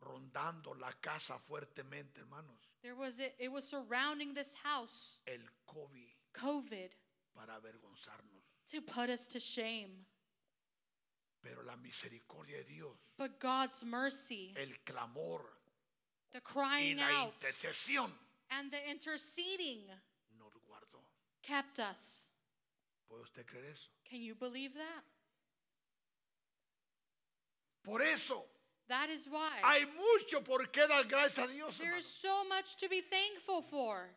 Speaker 1: rondando la casa fuertemente, hermanos,
Speaker 2: there was it, it was surrounding this house,
Speaker 1: el COVID
Speaker 2: COVID,
Speaker 1: para avergonzarnos.
Speaker 2: to put us to shame.
Speaker 1: Pero la misericordia de Dios,
Speaker 2: But God's mercy,
Speaker 1: el clamor
Speaker 2: the
Speaker 1: y
Speaker 2: crying
Speaker 1: la
Speaker 2: out,
Speaker 1: intercesión
Speaker 2: and the interceding
Speaker 1: nos guardó.
Speaker 2: kept us.
Speaker 1: ¿Puede usted creer eso?
Speaker 2: Can you believe that?
Speaker 1: Por eso
Speaker 2: That is why
Speaker 1: hay mucho por qué dar gracias a Dios.
Speaker 2: there
Speaker 1: hermano.
Speaker 2: is so much to be thankful for.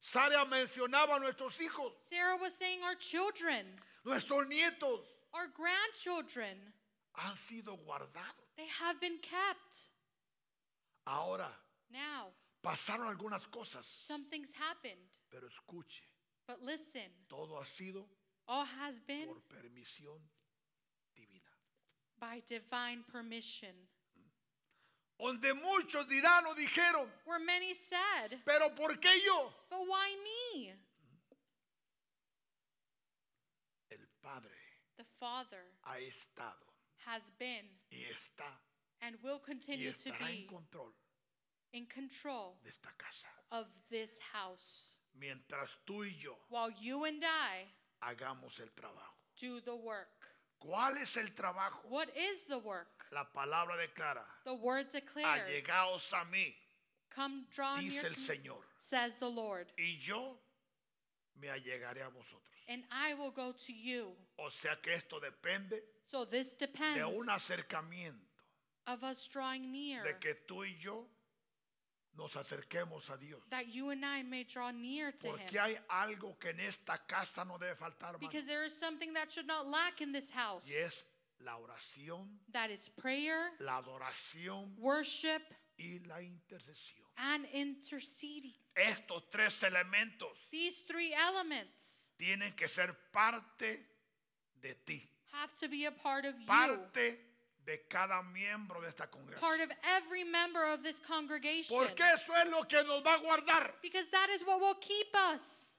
Speaker 1: Sara mencionaba a nuestros hijos,
Speaker 2: Sarah was saying our children,
Speaker 1: nuestros nietos
Speaker 2: our grandchildren,
Speaker 1: han sido guardados.
Speaker 2: they have been kept.
Speaker 1: Ahora
Speaker 2: Now,
Speaker 1: pasaron algunas cosas,
Speaker 2: something's happened.
Speaker 1: pero escuche,
Speaker 2: But listen,
Speaker 1: todo ha sido
Speaker 2: all has been
Speaker 1: por permisión divina.
Speaker 2: by divine permission.
Speaker 1: Donde muchos dirán o dijeron,
Speaker 2: Where many said,
Speaker 1: pero ¿por qué yo?
Speaker 2: But why me?
Speaker 1: El Padre
Speaker 2: The Father
Speaker 1: ha estado
Speaker 2: has been
Speaker 1: y está
Speaker 2: and will
Speaker 1: y
Speaker 2: continue to
Speaker 1: estará en
Speaker 2: be
Speaker 1: control
Speaker 2: in control
Speaker 1: de esta casa.
Speaker 2: of this house
Speaker 1: Mientras tú y yo
Speaker 2: while you and I
Speaker 1: hagamos el trabajo.
Speaker 2: do the work.
Speaker 1: ¿Cuál es el trabajo?
Speaker 2: What is the work?
Speaker 1: La palabra declara,
Speaker 2: The word declares,
Speaker 1: allegaos a mí,
Speaker 2: Come draw near
Speaker 1: dice el
Speaker 2: to me,
Speaker 1: Señor,
Speaker 2: says the Lord,
Speaker 1: y yo me allegaré a vosotros.
Speaker 2: and I will go to you.
Speaker 1: O sea que esto depende
Speaker 2: So this
Speaker 1: de un
Speaker 2: depends
Speaker 1: acercamiento,
Speaker 2: of us drawing near,
Speaker 1: de que tú y yo nos acerquemos a Dios.
Speaker 2: that you and I may draw near to
Speaker 1: Porque
Speaker 2: Him.
Speaker 1: hay algo que en esta casa no debe faltar, hermano,
Speaker 2: Because there is something that should not lack in this house
Speaker 1: y es la oración,
Speaker 2: that is prayer,
Speaker 1: la adoración
Speaker 2: worship,
Speaker 1: y la intercesión.
Speaker 2: and interceding.
Speaker 1: Estos tres elementos
Speaker 2: These three elements
Speaker 1: tienen que ser parte de ti,
Speaker 2: have to be a part of you,
Speaker 1: parte de cada miembro de esta
Speaker 2: part
Speaker 1: congregación.
Speaker 2: of every member of this congregation.
Speaker 1: Porque eso es lo que nos va a guardar.
Speaker 2: Because that is what will keep us.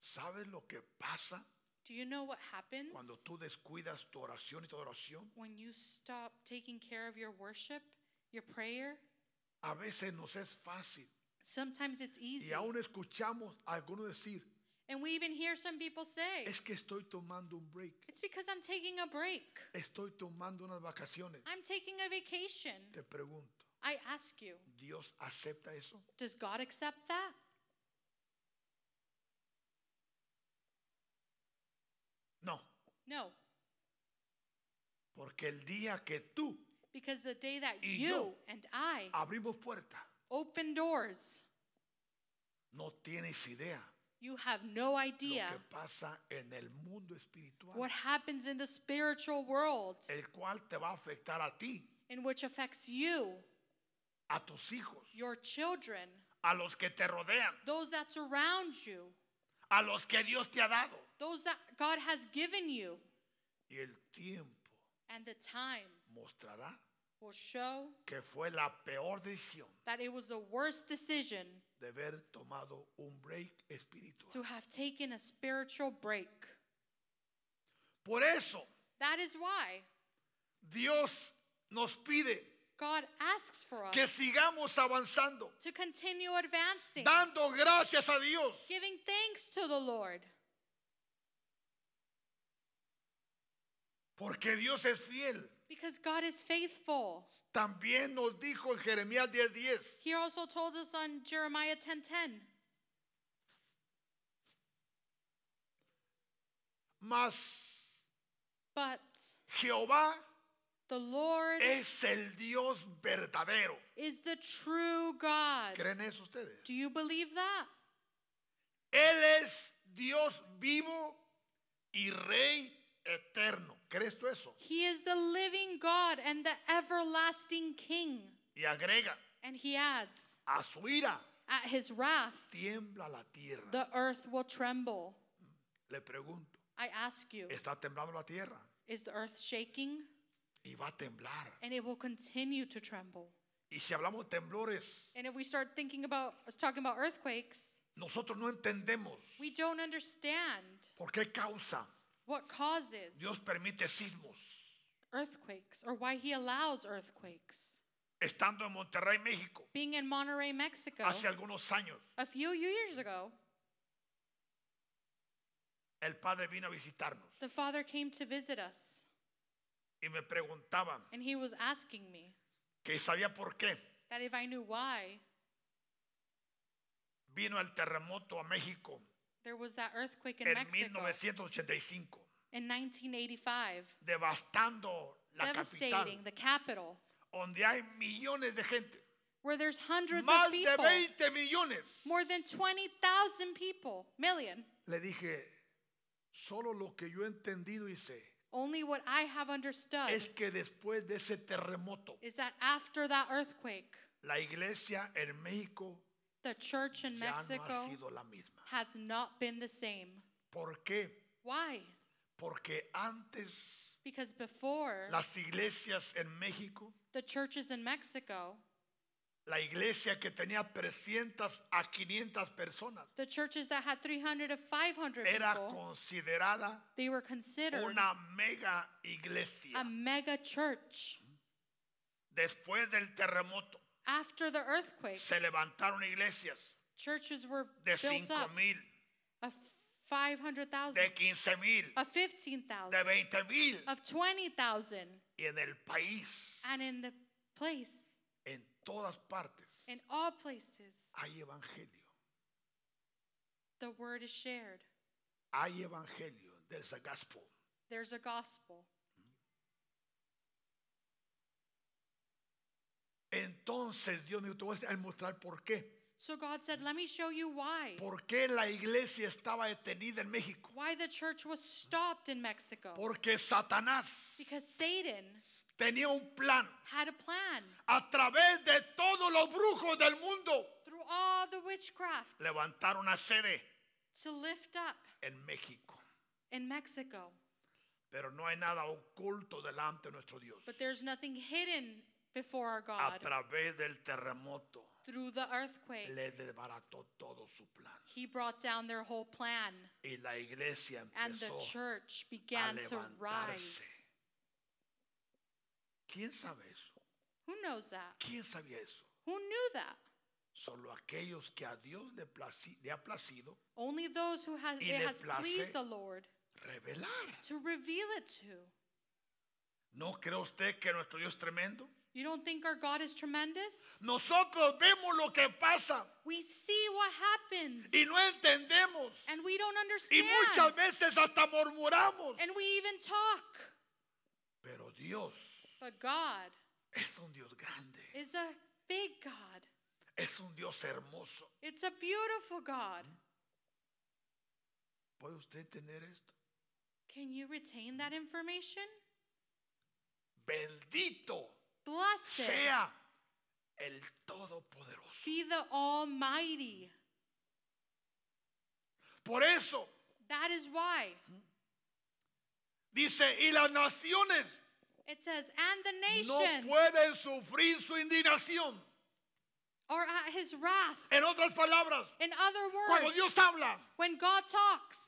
Speaker 1: ¿Sabes lo que pasa
Speaker 2: Do you know what happens
Speaker 1: cuando tú descuidas tu oración y tu adoración?
Speaker 2: when you stop taking care of your worship, your prayer?
Speaker 1: A veces nos es fácil
Speaker 2: Sometimes it's easy.
Speaker 1: y aún escuchamos a algunos decir,
Speaker 2: And we even hear some people say,
Speaker 1: es que estoy tomando un break,
Speaker 2: it's because I'm taking a break.
Speaker 1: estoy tomando unas vacaciones.
Speaker 2: I'm taking a vacation.
Speaker 1: Te pregunto,
Speaker 2: I ask you,
Speaker 1: ¿Dios acepta eso?
Speaker 2: does God accept that?
Speaker 1: No,
Speaker 2: No,
Speaker 1: porque el día que tú
Speaker 2: because the day that
Speaker 1: Y
Speaker 2: you
Speaker 1: yo-
Speaker 2: and I
Speaker 1: abrimos puerta,
Speaker 2: open doors,
Speaker 1: no tienes idea
Speaker 2: you have no idea
Speaker 1: lo que pasa en el mundo espiritual,
Speaker 2: what happens in the spiritual world,
Speaker 1: el cual te va a afectar a ti,
Speaker 2: in which affects you,
Speaker 1: a tus hijos,
Speaker 2: your children,
Speaker 1: a los que te rodean,
Speaker 2: those that surround you,
Speaker 1: a los que Dios te ha dado.
Speaker 2: those that God has given you.
Speaker 1: Y el tiempo
Speaker 2: And the time
Speaker 1: mostrará
Speaker 2: will show
Speaker 1: que fue la peor decisión
Speaker 2: that it was the worst decision
Speaker 1: de haber tomado un break espiritual.
Speaker 2: to have taken a spiritual break.
Speaker 1: Por eso
Speaker 2: That is why
Speaker 1: Dios nos pide
Speaker 2: God asks for us
Speaker 1: que sigamos avanzando,
Speaker 2: to continue advancing,
Speaker 1: dando gracias a Dios.
Speaker 2: giving thanks to the Lord,
Speaker 1: Porque Dios es fiel.
Speaker 2: because God is faithful.
Speaker 1: También nos dijo en Jeremías 10:10,
Speaker 2: He also told us on Jeremiah 10:10,
Speaker 1: mas
Speaker 2: but
Speaker 1: Jehová
Speaker 2: the Lord
Speaker 1: es el Dios verdadero.
Speaker 2: is the true God.
Speaker 1: ¿Creen eso ustedes?
Speaker 2: Do you believe that?
Speaker 1: Él es Dios vivo y Rey eterno. ¿Crees tú eso?
Speaker 2: He is the living God and the everlasting King.
Speaker 1: Y agrega,
Speaker 2: And he adds,
Speaker 1: a su ira
Speaker 2: At his wrath,
Speaker 1: tiembla la tierra.
Speaker 2: the earth will tremble.
Speaker 1: Le pregunto,
Speaker 2: I ask you,
Speaker 1: ¿está temblando la tierra?
Speaker 2: is the earth shaking?
Speaker 1: Y va a temblar.
Speaker 2: And it will continue to tremble.
Speaker 1: Y si hablamos de temblores,
Speaker 2: And if we start thinking about us talking about earthquakes,
Speaker 1: nosotros no entendemos
Speaker 2: we don't understand
Speaker 1: por qué causa
Speaker 2: what causes
Speaker 1: Dios permite sismos.
Speaker 2: earthquakes or why he allows earthquakes.
Speaker 1: Estando en Monterrey, México,
Speaker 2: Being in Monterrey, Mexico,
Speaker 1: hace algunos años,
Speaker 2: a few years ago,
Speaker 1: el Padre vino a visitarnos
Speaker 2: The Father came to visit us,
Speaker 1: y me preguntaba
Speaker 2: and he was asking me
Speaker 1: que sabía por qué
Speaker 2: that if I knew why
Speaker 1: vino el terremoto a México
Speaker 2: there was that earthquake in
Speaker 1: en
Speaker 2: Mexico
Speaker 1: 1985,
Speaker 2: in 1985,
Speaker 1: devastando la
Speaker 2: devastating
Speaker 1: capital,
Speaker 2: the capital,
Speaker 1: donde hay millones de gente,
Speaker 2: where there's hundreds
Speaker 1: más
Speaker 2: of
Speaker 1: de
Speaker 2: people,
Speaker 1: 20 millones.
Speaker 2: more than 20,000 people, million.
Speaker 1: Le dije, solo lo que yo he entendido y sé
Speaker 2: Only what I have understood
Speaker 1: es que después de ese terremoto,
Speaker 2: is that after that earthquake,
Speaker 1: la iglesia en México
Speaker 2: the church in
Speaker 1: ya no
Speaker 2: Mexico
Speaker 1: ha sido la misma.
Speaker 2: has not been the same.
Speaker 1: ¿Por qué?
Speaker 2: Why?
Speaker 1: Porque antes
Speaker 2: Because before,
Speaker 1: las iglesias en México,
Speaker 2: the churches in Mexico,
Speaker 1: la iglesia que tenía 300 a 500 personas,
Speaker 2: the churches that had 300 to 500
Speaker 1: era
Speaker 2: people,
Speaker 1: considerada
Speaker 2: they were considered
Speaker 1: una mega iglesia.
Speaker 2: a mega church.
Speaker 1: Después del terremoto
Speaker 2: After the earthquake,
Speaker 1: se levantaron iglesias
Speaker 2: churches were
Speaker 1: de
Speaker 2: built
Speaker 1: 5
Speaker 2: up
Speaker 1: mil,
Speaker 2: of 500,000,
Speaker 1: de 15 mil,
Speaker 2: of 15,000,
Speaker 1: de 20 mil.
Speaker 2: of 20,000,
Speaker 1: Y en el país,
Speaker 2: and in the place,
Speaker 1: en todas partes,
Speaker 2: in all places,
Speaker 1: hay evangelio.
Speaker 2: the word is shared.
Speaker 1: Hay evangelio del Zagaspo.
Speaker 2: There's a gospel.
Speaker 1: Entonces Dios me dijo, te voy a mostrar por qué.
Speaker 2: So God said, Let me show you why.
Speaker 1: ¿Por qué la iglesia estaba detenida en México?
Speaker 2: Why the church was stopped in Mexico.
Speaker 1: Porque Satanás
Speaker 2: Because Satan
Speaker 1: tenía un plan
Speaker 2: had a plan
Speaker 1: a través de todos los brujos del mundo.
Speaker 2: through all the witchcraft
Speaker 1: levantar una sede
Speaker 2: to lift up
Speaker 1: en México.
Speaker 2: in Mexico.
Speaker 1: Pero no hay nada oculto delante de nuestro Dios.
Speaker 2: But there's nothing hidden before our
Speaker 1: A
Speaker 2: God.
Speaker 1: través del terremoto
Speaker 2: Through the earthquake,
Speaker 1: le desbarató todo su plan.
Speaker 2: he brought down their whole plan,
Speaker 1: Y la iglesia
Speaker 2: and the
Speaker 1: empezó.
Speaker 2: church began to rise.
Speaker 1: levantarse. ¿Quién sabe eso?
Speaker 2: Who knows that?
Speaker 1: ¿Quién sabía eso?
Speaker 2: Who knew that?
Speaker 1: Solo aquellos que a Dios le, placi- le ha placido
Speaker 2: Only those who has,
Speaker 1: Y
Speaker 2: it
Speaker 1: le
Speaker 2: has
Speaker 1: place- eh?
Speaker 2: pleased the Lord
Speaker 1: revelar.
Speaker 2: to reveal it to.
Speaker 1: ¿No cree usted que nuestro Dios es tremendo?
Speaker 2: You don't think our God is tremendous?
Speaker 1: Nosotros vemos lo que pasa
Speaker 2: We see what happens
Speaker 1: y no entendemos.
Speaker 2: and we don't
Speaker 1: Y
Speaker 2: understand.
Speaker 1: muchas veces hasta murmuramos.
Speaker 2: and we even talk.
Speaker 1: Pero Dios
Speaker 2: But God
Speaker 1: es un Dios grande,
Speaker 2: is a big God.
Speaker 1: es un Dios hermoso.
Speaker 2: It's a beautiful God.
Speaker 1: ¿Puede usted tener esto?
Speaker 2: Can you retain that information?
Speaker 1: Bendito
Speaker 2: Blessed
Speaker 1: sea el Todopoderoso.
Speaker 2: be the Almighty.
Speaker 1: Por eso
Speaker 2: That is why
Speaker 1: dice, y las naciones
Speaker 2: it says, and the
Speaker 1: no
Speaker 2: nations
Speaker 1: pueden sufrir su indignación.
Speaker 2: are at his wrath.
Speaker 1: En otras palabras,
Speaker 2: In other
Speaker 1: cuando
Speaker 2: words,
Speaker 1: Dios habla,
Speaker 2: when God talks,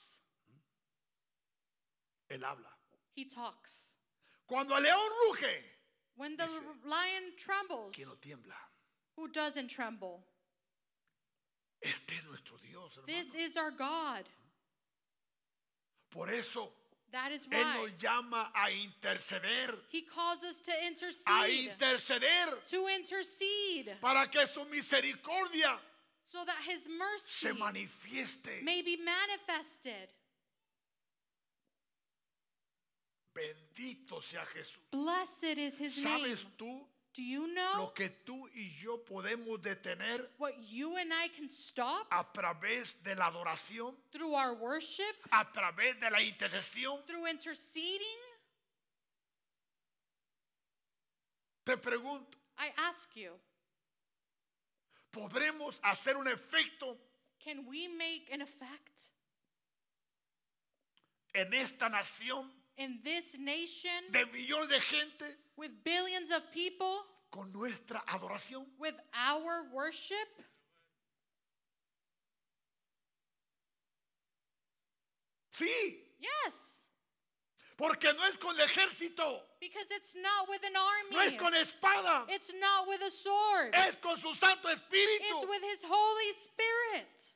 Speaker 1: Él habla.
Speaker 2: he talks.
Speaker 1: Cuando el león ruge,
Speaker 2: When the
Speaker 1: Dice,
Speaker 2: lion trembles,
Speaker 1: que no tiembla.
Speaker 2: who doesn't tremble?
Speaker 1: Este es nuestro Dios,
Speaker 2: This
Speaker 1: hermano.
Speaker 2: is our God.
Speaker 1: Por eso
Speaker 2: That is
Speaker 1: Él
Speaker 2: why
Speaker 1: nos llama a interceder,
Speaker 2: he calls us to
Speaker 1: a
Speaker 2: intercede,
Speaker 1: interceder.
Speaker 2: to intercede,
Speaker 1: para que su misericordia
Speaker 2: so that his
Speaker 1: se
Speaker 2: mercy
Speaker 1: manifieste.
Speaker 2: may be manifested.
Speaker 1: Bendito sea Jesús.
Speaker 2: Blessed is his name.
Speaker 1: ¿Sabes tú
Speaker 2: Do you know
Speaker 1: lo que tú y yo podemos detener
Speaker 2: what you and I can stop
Speaker 1: a través de la adoración,
Speaker 2: through our worship,
Speaker 1: a través de la intercesión?
Speaker 2: through interceding?
Speaker 1: Te pregunto,
Speaker 2: I ask you,
Speaker 1: ¿podremos hacer un efecto
Speaker 2: can we make an effect
Speaker 1: en esta nación
Speaker 2: in this nation
Speaker 1: de millones de gente
Speaker 2: with billions of people,
Speaker 1: con nuestra adoración?
Speaker 2: with our worship?
Speaker 1: Sí,
Speaker 2: Yes,
Speaker 1: porque no es con el ejército,
Speaker 2: because it's not with an
Speaker 1: no es
Speaker 2: army.
Speaker 1: con espada,
Speaker 2: It's not with a sword.
Speaker 1: es con su Santo
Speaker 2: It's
Speaker 1: Espíritu.
Speaker 2: with his Holy Spirit.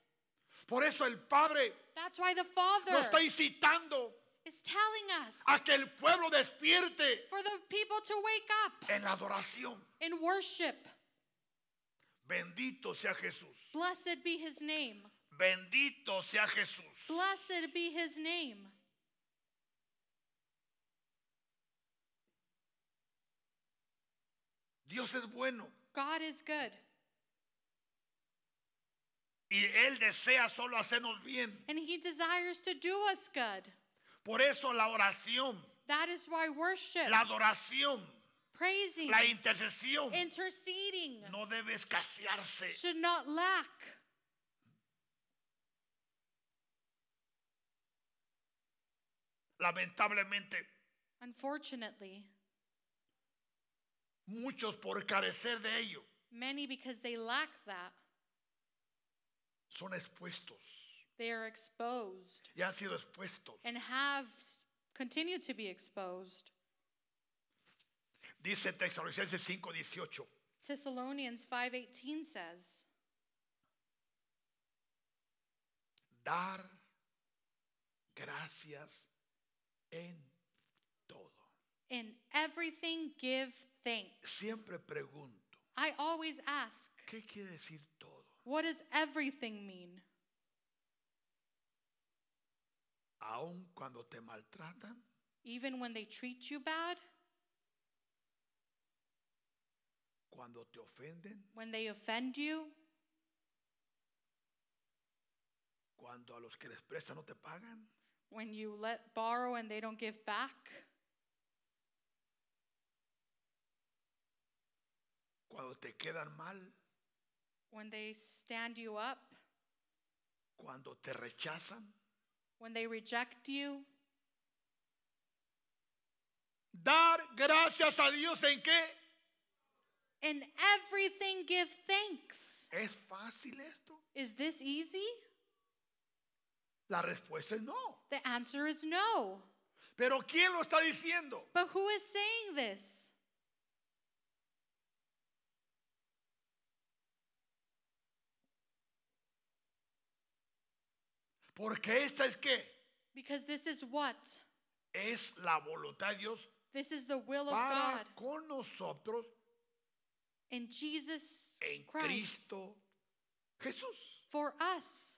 Speaker 1: Por eso el Padre
Speaker 2: That's why the
Speaker 1: nos está
Speaker 2: Father
Speaker 1: incitando
Speaker 2: is telling us
Speaker 1: a que el pueblo despierte
Speaker 2: for the people to wake up
Speaker 1: en la adoración.
Speaker 2: in worship.
Speaker 1: Bendito sea Jesús.
Speaker 2: Blessed be his name.
Speaker 1: Bendito sea Jesús.
Speaker 2: Blessed be his name.
Speaker 1: Dios es bueno
Speaker 2: God is good,
Speaker 1: y Él desea solo hacernos bien.
Speaker 2: and he desires to do us good.
Speaker 1: Por eso la oración,
Speaker 2: That is why worship,
Speaker 1: la adoración,
Speaker 2: praising,
Speaker 1: la intercesión
Speaker 2: interceding
Speaker 1: no debe escasearse.
Speaker 2: should not lack.
Speaker 1: Lamentablemente,
Speaker 2: Unfortunately,
Speaker 1: muchos por carecer de ello
Speaker 2: many, because they lack that,
Speaker 1: son expuestos
Speaker 2: they are exposed
Speaker 1: y han sido expuestos.
Speaker 2: and have s- continued to be exposed.
Speaker 1: Dice Tesalonicenses 5:18.
Speaker 2: Thessalonians 5:18 says,
Speaker 1: dar gracias en todo.
Speaker 2: "In everything give thanks."
Speaker 1: Siempre pregunto,
Speaker 2: I always ask,
Speaker 1: ¿qué quiere decir todo?
Speaker 2: what does everything mean?
Speaker 1: Aun cuando te maltratan,
Speaker 2: Even when they treat you bad,
Speaker 1: cuando te ofenden,
Speaker 2: when they offend you,
Speaker 1: cuando a los que les prestan no te pagan,
Speaker 2: when you let borrow and they don't give back,
Speaker 1: cuando te quedan mal,
Speaker 2: when they stand you up,
Speaker 1: cuando te rechazan.
Speaker 2: when they reject you.
Speaker 1: Dar gracias a Dios en qué?
Speaker 2: In everything give thanks.
Speaker 1: ¿Es fácil esto?
Speaker 2: Is this easy?
Speaker 1: La respuesta es no.
Speaker 2: The answer is no.
Speaker 1: Pero ¿quién lo está diciendo?
Speaker 2: But who is saying this?
Speaker 1: Porque esta es qué?
Speaker 2: Because this is what?
Speaker 1: Es la voluntad de Dios
Speaker 2: This is the will of God
Speaker 1: para con nosotros
Speaker 2: in Jesus
Speaker 1: en
Speaker 2: Christ
Speaker 1: Cristo Jesús.
Speaker 2: for us.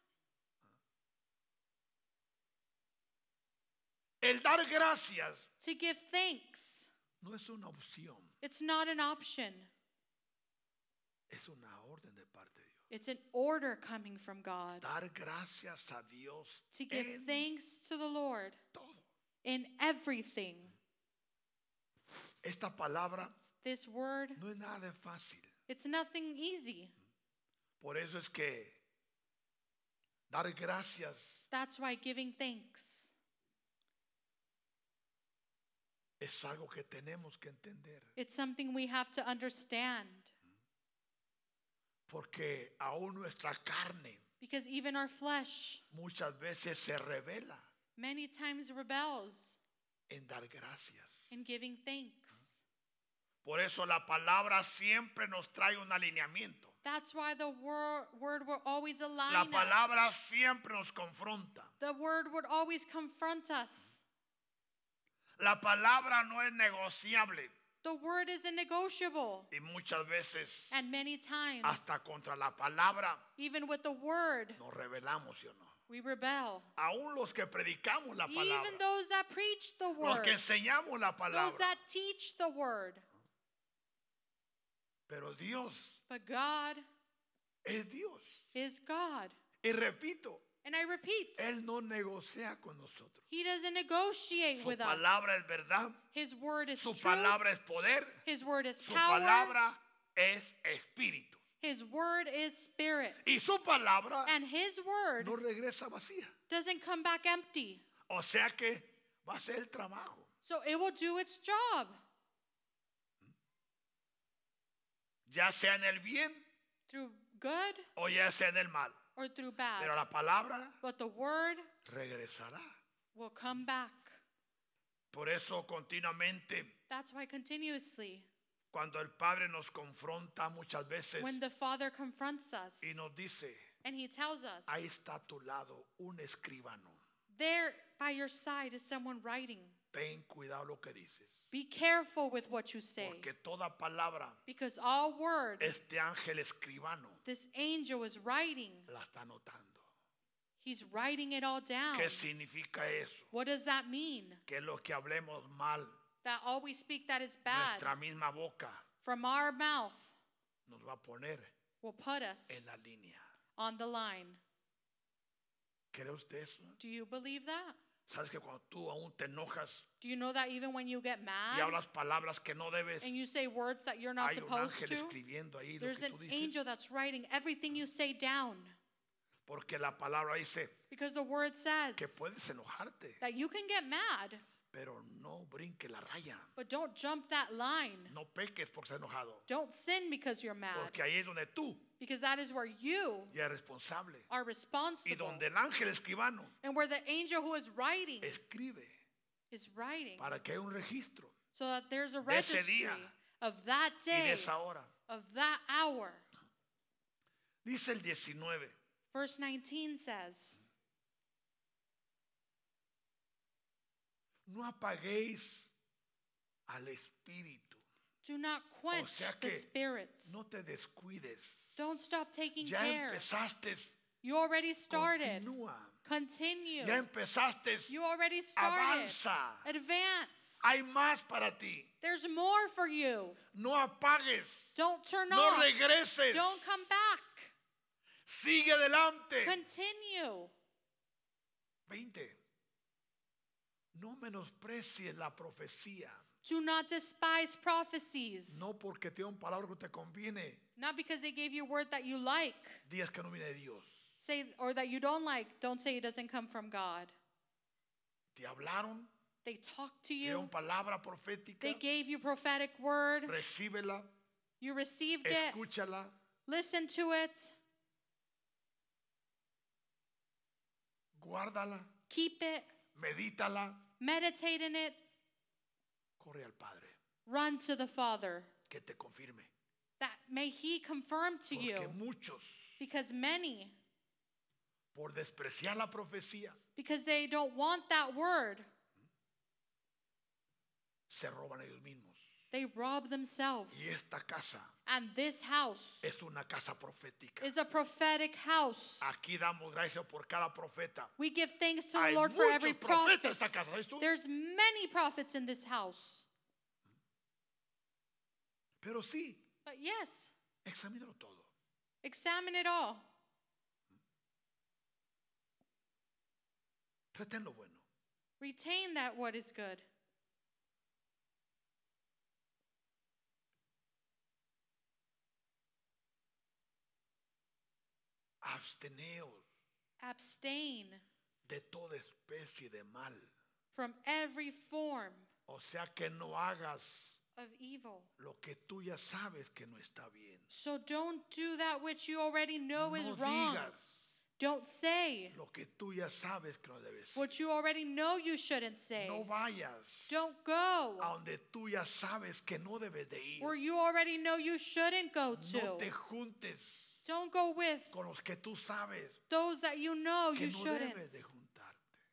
Speaker 1: El dar gracias
Speaker 2: to give thanks.
Speaker 1: no es una opción,
Speaker 2: It's not an option,
Speaker 1: es una orden de parte de Dios.
Speaker 2: it's an order coming from God
Speaker 1: Dar gracias a Dios
Speaker 2: to give
Speaker 1: en
Speaker 2: thanks to the Lord
Speaker 1: todo.
Speaker 2: in everything.
Speaker 1: Esta palabra
Speaker 2: This word,
Speaker 1: no es nada de fácil.
Speaker 2: it's nothing easy.
Speaker 1: Por eso es que dar gracias
Speaker 2: That's why giving thanks
Speaker 1: es algo que tenemos que entender.
Speaker 2: it's something we have to understand
Speaker 1: Porque aún nuestra carne
Speaker 2: because even our flesh
Speaker 1: muchas veces se revela
Speaker 2: many times rebels
Speaker 1: en dar gracias.
Speaker 2: in giving thanks.
Speaker 1: Por eso la palabra siempre nos trae un alineamiento.
Speaker 2: That's why the wor- word will always align
Speaker 1: La
Speaker 2: us.
Speaker 1: palabra siempre nos confronta.
Speaker 2: The word would always confront us.
Speaker 1: La palabra no es negociable
Speaker 2: The word is negotiable.
Speaker 1: y muchas veces
Speaker 2: And many times,
Speaker 1: hasta contra la palabra
Speaker 2: even with the word,
Speaker 1: nos rebelamos, ¿sí o no?
Speaker 2: we rebel.
Speaker 1: Aún los que predicamos la
Speaker 2: Even
Speaker 1: palabra,
Speaker 2: those that preach the
Speaker 1: los
Speaker 2: word,
Speaker 1: que enseñamos la
Speaker 2: those
Speaker 1: palabra,
Speaker 2: that teach the word.
Speaker 1: pero Dios
Speaker 2: But God
Speaker 1: es Dios.
Speaker 2: is God.
Speaker 1: Y repito,
Speaker 2: And I repeat,
Speaker 1: Él no negocia con nosotros.
Speaker 2: He doesn't negotiate
Speaker 1: Su
Speaker 2: with us.
Speaker 1: palabra es verdad,
Speaker 2: His word is
Speaker 1: su
Speaker 2: truth,
Speaker 1: palabra es poder,
Speaker 2: His word is
Speaker 1: su
Speaker 2: power,
Speaker 1: palabra es espíritu.
Speaker 2: His word is spirit.
Speaker 1: Y su palabra
Speaker 2: And His word
Speaker 1: no regresa vacía.
Speaker 2: doesn't come back empty.
Speaker 1: O sea que va a ser el trabajo.
Speaker 2: So it will do its job,
Speaker 1: ya sea en el bien
Speaker 2: through good
Speaker 1: o ya sea en el mal.
Speaker 2: or through bad.
Speaker 1: Pero la palabra
Speaker 2: But the word
Speaker 1: regresará.
Speaker 2: will come back.
Speaker 1: Por eso continuamente,
Speaker 2: That's why continuously,
Speaker 1: cuando el Padre nos confronta muchas veces
Speaker 2: when the Father confronts us
Speaker 1: y nos dice,
Speaker 2: And he tells us,
Speaker 1: Ahí está a tu lado un escribano.
Speaker 2: There by your side is someone writing.
Speaker 1: Ten cuidado lo que dices.
Speaker 2: Be careful with what you say.
Speaker 1: Porque toda palabra,
Speaker 2: Because all word
Speaker 1: este ángel escribano
Speaker 2: this angel is writing,
Speaker 1: la está anotando.
Speaker 2: he's writing it all down.
Speaker 1: ¿Qué significa eso?
Speaker 2: What does that mean?
Speaker 1: Que lo que hablemos mal,
Speaker 2: That all we speak that is bad
Speaker 1: nuestra misma boca
Speaker 2: from our mouth
Speaker 1: nos va a poner
Speaker 2: will put us
Speaker 1: en la línea.
Speaker 2: on the line.
Speaker 1: ¿Cree usted eso?
Speaker 2: Do you believe that?
Speaker 1: ¿Sabes que cuando tú aún te enojas
Speaker 2: Do you know that even when you get
Speaker 1: y
Speaker 2: mad
Speaker 1: hablas palabras que no debes,
Speaker 2: and you say words that you're not
Speaker 1: hay un
Speaker 2: supposed
Speaker 1: ángel
Speaker 2: to?
Speaker 1: escribiendo ahí lo
Speaker 2: There's
Speaker 1: que
Speaker 2: an
Speaker 1: tú dices?
Speaker 2: angel that's writing everything you say down
Speaker 1: Porque la palabra dice
Speaker 2: because the word says
Speaker 1: que puedes enojarte,
Speaker 2: that you can get mad,
Speaker 1: pero no brinque la raya.
Speaker 2: but don't jump that line.
Speaker 1: No peques por ser enojado.
Speaker 2: Don't sin because you're mad
Speaker 1: Porque ahí es donde tú
Speaker 2: because that is where you
Speaker 1: ya eres responsable.
Speaker 2: are
Speaker 1: Y
Speaker 2: responsible
Speaker 1: donde el ángel escribano
Speaker 2: and where the angel who is writing
Speaker 1: escribe
Speaker 2: is writing
Speaker 1: para que haya un registro.
Speaker 2: so that there's a
Speaker 1: de ese
Speaker 2: registry
Speaker 1: día
Speaker 2: of that
Speaker 1: Y de
Speaker 2: day,
Speaker 1: esa hora.
Speaker 2: of that hour.
Speaker 1: Dice el 19.
Speaker 2: Verse 19 says,
Speaker 1: No apaguéis al espíritu.
Speaker 2: Do not quench
Speaker 1: sea
Speaker 2: the
Speaker 1: que
Speaker 2: spirit.
Speaker 1: No te descuides.
Speaker 2: Don't stop taking
Speaker 1: Ya
Speaker 2: care.
Speaker 1: empezaste.
Speaker 2: You already started.
Speaker 1: Continúa.
Speaker 2: Continue.
Speaker 1: Ya empezaste.
Speaker 2: You already started.
Speaker 1: Avanza.
Speaker 2: Advance.
Speaker 1: Hay más para ti.
Speaker 2: There's more for you.
Speaker 1: No apagues.
Speaker 2: Don't turn
Speaker 1: No
Speaker 2: off.
Speaker 1: regreses.
Speaker 2: Don't come back.
Speaker 1: Sigue adelante.
Speaker 2: Continue.
Speaker 1: 20. No menosprecies la profecía.
Speaker 2: Do not despise prophecies.
Speaker 1: No porque te un palabra que te conviene.
Speaker 2: Not because they gave you a word that you like,
Speaker 1: Días que no viene de Dios.
Speaker 2: say or that you don't like. Don't say it doesn't come from God.
Speaker 1: Te hablaron.
Speaker 2: They talked
Speaker 1: Te
Speaker 2: to you.
Speaker 1: dieron palabra profética.
Speaker 2: They gave you prophetic word.
Speaker 1: Recíbela.
Speaker 2: You received it.
Speaker 1: Escúchala.
Speaker 2: Listen to it.
Speaker 1: Guárdala.
Speaker 2: Keep it.
Speaker 1: Medítala.
Speaker 2: Meditate in it.
Speaker 1: Corre al Padre.
Speaker 2: Run to the Father.
Speaker 1: Que te confirme.
Speaker 2: That may He confirm to you.
Speaker 1: Porque muchos,
Speaker 2: Because many,
Speaker 1: por despreciar la profecía,
Speaker 2: because they don't want that word,
Speaker 1: se roban ellos mismos.
Speaker 2: they rob themselves.
Speaker 1: Y esta casa
Speaker 2: And this house
Speaker 1: es una casa profética.
Speaker 2: is a prophetic house.
Speaker 1: Aquí damos gracias por cada profeta.
Speaker 2: We give thanks to the
Speaker 1: Hay
Speaker 2: Lord for every
Speaker 1: muchos profetas en
Speaker 2: prophet.
Speaker 1: esta casa, ¿sabes tú?
Speaker 2: There's many prophets in this house.
Speaker 1: Pero sí,
Speaker 2: But yes,
Speaker 1: examínalo todo.
Speaker 2: examine it all.
Speaker 1: Retén lo bueno.
Speaker 2: Retain that what is good.
Speaker 1: Absteneos
Speaker 2: Abstain
Speaker 1: de toda especie de mal.
Speaker 2: from every form
Speaker 1: O sea que no hagas
Speaker 2: of evil.
Speaker 1: lo que tú ya sabes que no está bien.
Speaker 2: So don't do that which you already know is
Speaker 1: no
Speaker 2: wrong.
Speaker 1: digas
Speaker 2: Don't say
Speaker 1: lo que tú ya sabes que no debes.
Speaker 2: what you already know you shouldn't say.
Speaker 1: No vayas
Speaker 2: Don't go
Speaker 1: a donde tú ya sabes que no debes de ir.
Speaker 2: where you already know you shouldn't go
Speaker 1: No
Speaker 2: to.
Speaker 1: te juntes
Speaker 2: Don't go with
Speaker 1: con los que tú sabes
Speaker 2: those that you know
Speaker 1: que
Speaker 2: Oh, you
Speaker 1: no
Speaker 2: shouldn't.
Speaker 1: debes de juntarte.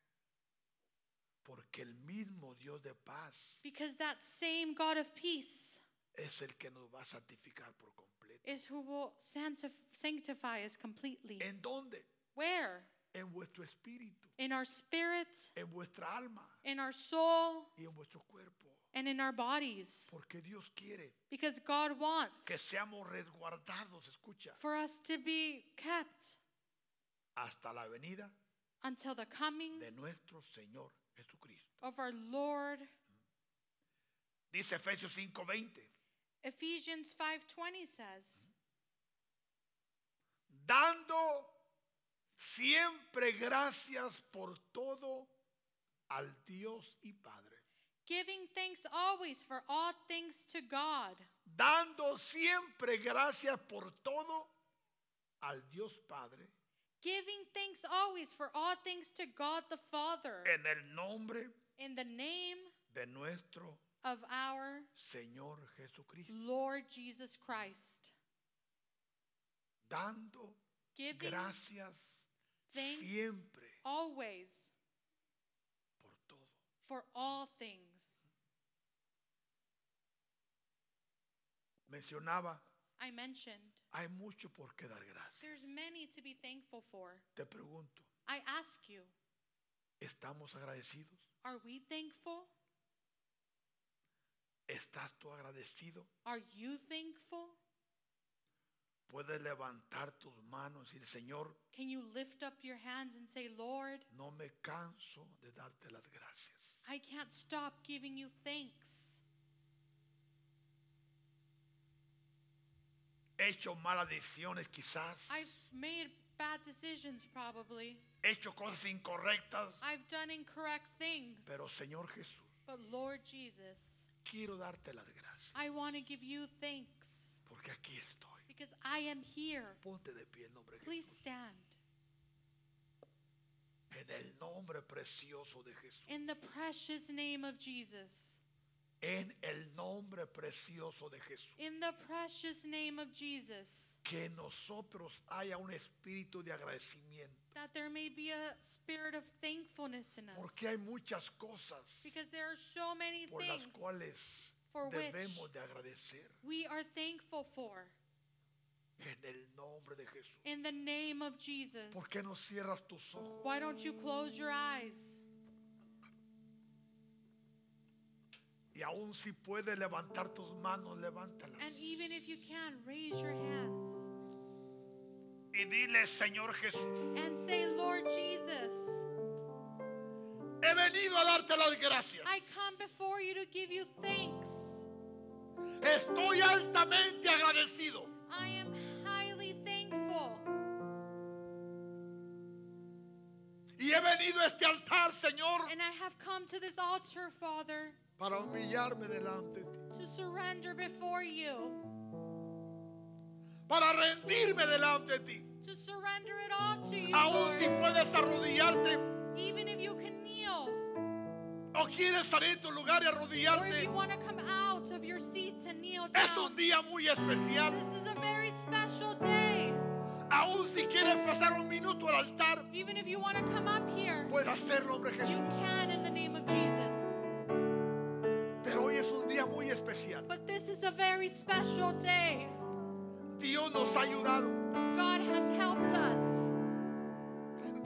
Speaker 1: Porque el mismo Dios de paz
Speaker 2: Because that same God of peace
Speaker 1: es el que nos va a santificar por completo.
Speaker 2: is who will sanctif- sanctify us completely.
Speaker 1: ¿En dónde?
Speaker 2: Where?
Speaker 1: En vuestro espíritu,
Speaker 2: In our spirit,
Speaker 1: en vuestra alma
Speaker 2: in our soul,
Speaker 1: y en vuestro cuerpo.
Speaker 2: and in our bodies.
Speaker 1: Porque Dios quiere
Speaker 2: Because God wants
Speaker 1: que seamos resguardados, escucha,
Speaker 2: for us to be kept
Speaker 1: hasta la venida
Speaker 2: until the coming
Speaker 1: de nuestro Señor Jesucristo.
Speaker 2: of our Lord.
Speaker 1: Dice Efesios 5:20,
Speaker 2: Ephesians 5:20 says,
Speaker 1: dando siempre gracias por todo al Dios y Padre.
Speaker 2: "Giving thanks always for all things to God,
Speaker 1: dando siempre gracias por todo al Dios Padre,
Speaker 2: giving thanks always for all things to God the Father,
Speaker 1: en el nombre
Speaker 2: in the name
Speaker 1: de nuestro
Speaker 2: of our
Speaker 1: Señor Jesucristo.
Speaker 2: Lord Jesus Christ."
Speaker 1: Dando
Speaker 2: giving
Speaker 1: gracias
Speaker 2: thanks
Speaker 1: siempre
Speaker 2: always
Speaker 1: por todo.
Speaker 2: for all things.
Speaker 1: Mencionaba,
Speaker 2: I mentioned
Speaker 1: hay mucho por qué dar gracias.
Speaker 2: there's many to be thankful for.
Speaker 1: Te pregunto,
Speaker 2: I ask you,
Speaker 1: ¿estamos agradecidos?
Speaker 2: are we thankful?
Speaker 1: ¿Estás tú agradecido?
Speaker 2: Are you thankful?
Speaker 1: Puedes levantar tus manos y decir, Señor,
Speaker 2: Can you lift up your hands and say, Lord,
Speaker 1: no me canso de darte las gracias.
Speaker 2: I can't stop giving you thanks.
Speaker 1: He hecho malas decisiones quizás.
Speaker 2: I've made bad decisions, probably.
Speaker 1: He hecho cosas incorrectas.
Speaker 2: I've done incorrect things.
Speaker 1: Pero Señor Jesús,
Speaker 2: But Lord Jesus,
Speaker 1: quiero darte las gracias.
Speaker 2: I want to give you thanks
Speaker 1: Porque aquí estoy.
Speaker 2: because I am here.
Speaker 1: Ponte de pie en nombre de
Speaker 2: Please
Speaker 1: Jesús.
Speaker 2: stand.
Speaker 1: En el nombre precioso de Jesús.
Speaker 2: In the precious name of Jesus.
Speaker 1: En el nombre precioso de Jesús.
Speaker 2: In the precious name of Jesus.
Speaker 1: Que en nosotros haya un espíritu de agradecimiento.
Speaker 2: That there may be a spirit of thankfulness in us.
Speaker 1: Porque hay muchas cosas
Speaker 2: Because there are so many
Speaker 1: por las
Speaker 2: things
Speaker 1: cuales
Speaker 2: for which-
Speaker 1: debemos de agradecer.
Speaker 2: we are thankful for.
Speaker 1: En el nombre de Jesús.
Speaker 2: In the name of Jesus.
Speaker 1: ¿Por qué no cierras tus ojos?
Speaker 2: Why don't you close your eyes?
Speaker 1: Y aún si puedes levantar tus manos, levántalas.
Speaker 2: And even if you can, raise your hands
Speaker 1: Y dile, Señor Jesús,
Speaker 2: and say, Lord Jesus,
Speaker 1: he venido a darte las gracias.
Speaker 2: I come before you to give you thanks.
Speaker 1: Estoy altamente agradecido.
Speaker 2: I am highly thankful.
Speaker 1: Y he venido a este altar, Señor,
Speaker 2: And I have come to this altar, Father,
Speaker 1: para humillarme delante de ti,
Speaker 2: to surrender before you,
Speaker 1: para rendirme delante de ti.
Speaker 2: to surrender it all to you,
Speaker 1: Aún si
Speaker 2: Lord.
Speaker 1: puedes arrodillarte
Speaker 2: Even if you can kneel,
Speaker 1: o quieres salir de tu lugar y
Speaker 2: or if
Speaker 1: arrodillarte,
Speaker 2: you want to come out of your seat to kneel
Speaker 1: es un
Speaker 2: down.
Speaker 1: día muy especial.
Speaker 2: This is a very special day.
Speaker 1: Aún si quieres pasar un minuto al altar,
Speaker 2: Even if you want to come up here,
Speaker 1: puedes hacerlo, hombre
Speaker 2: you
Speaker 1: Jesús.
Speaker 2: can in the name of Jesus.
Speaker 1: Pero hoy es un día muy especial.
Speaker 2: But this is a very special day.
Speaker 1: Dios nos ha ayudado.
Speaker 2: God has helped us.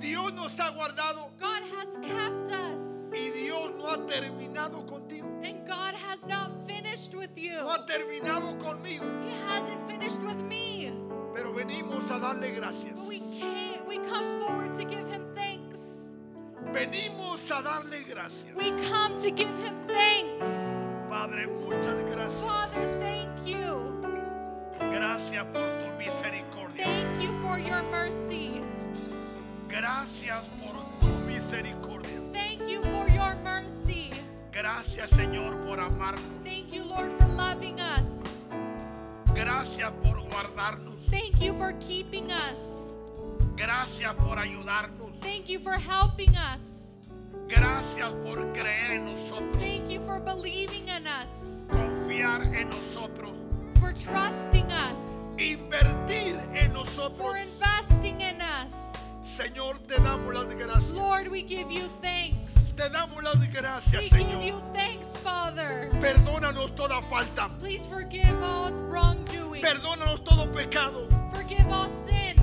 Speaker 1: Dios nos ha guardado.
Speaker 2: God has kept us.
Speaker 1: Y Dios no ha terminado contigo.
Speaker 2: And God has not finished with you.
Speaker 1: No ha terminado conmigo.
Speaker 2: He hasn't finished with me.
Speaker 1: Pero venimos a darle gracias.
Speaker 2: But we came, we come forward to give him thanks.
Speaker 1: Venimos a darle gracias.
Speaker 2: We come to give him thanks.
Speaker 1: Padre, muchas gracias.
Speaker 2: Father, thank you.
Speaker 1: Gracias por tu misericordia.
Speaker 2: Thank you for your mercy.
Speaker 1: Gracias por tu misericordia.
Speaker 2: Thank you for your mercy.
Speaker 1: Gracias, Señor, por amarnos.
Speaker 2: Thank you, Lord, for loving us.
Speaker 1: Gracias por guardarnos.
Speaker 2: Thank you for keeping us.
Speaker 1: Gracias por ayudarnos.
Speaker 2: Thank you for helping us.
Speaker 1: Gracias por creer en nosotros.
Speaker 2: Thank you for believing in us,
Speaker 1: Confiar en nosotros.
Speaker 2: for trusting us,
Speaker 1: Invertir en nosotros.
Speaker 2: for investing in us.
Speaker 1: Señor, te damos las gracias.
Speaker 2: Lord, we give you thanks.
Speaker 1: Te damos las gracias,
Speaker 2: We give you
Speaker 1: Señor.
Speaker 2: thanks, Father.
Speaker 1: Perdónanos toda falta.
Speaker 2: Please forgive all wrongdoing.
Speaker 1: Perdónanos todo pecado.
Speaker 2: Forgive all sin.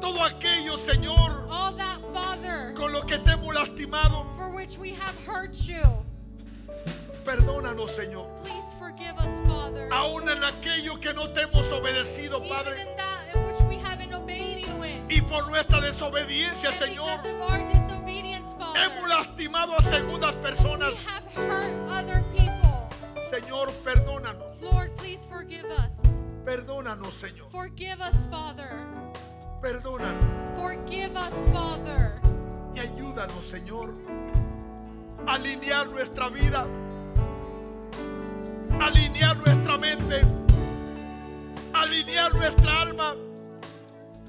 Speaker 1: Todo aquello, Señor,
Speaker 2: All that, Father,
Speaker 1: con lo que te hemos lastimado.
Speaker 2: for which we have hurt you.
Speaker 1: Perdónanos, Señor.
Speaker 2: Please forgive us, Father.
Speaker 1: Aún en aquello que no te hemos obedecido,
Speaker 2: Even
Speaker 1: Padre.
Speaker 2: in that in which we haven't obeyed you in.
Speaker 1: Y por nuestra desobediencia,
Speaker 2: And
Speaker 1: Señor,
Speaker 2: because of our disobedience,
Speaker 1: hemos
Speaker 2: Father,
Speaker 1: lastimado a segundas personas.
Speaker 2: we have hurt other people.
Speaker 1: Señor, perdónanos.
Speaker 2: Lord, please forgive us.
Speaker 1: Perdónanos, Señor.
Speaker 2: Forgive us, Father.
Speaker 1: Perdónanos.
Speaker 2: Forgive us, Father.
Speaker 1: Y ayúdanos, Señor, a alinear nuestra vida. Alinear nuestra mente. Alinear nuestra alma.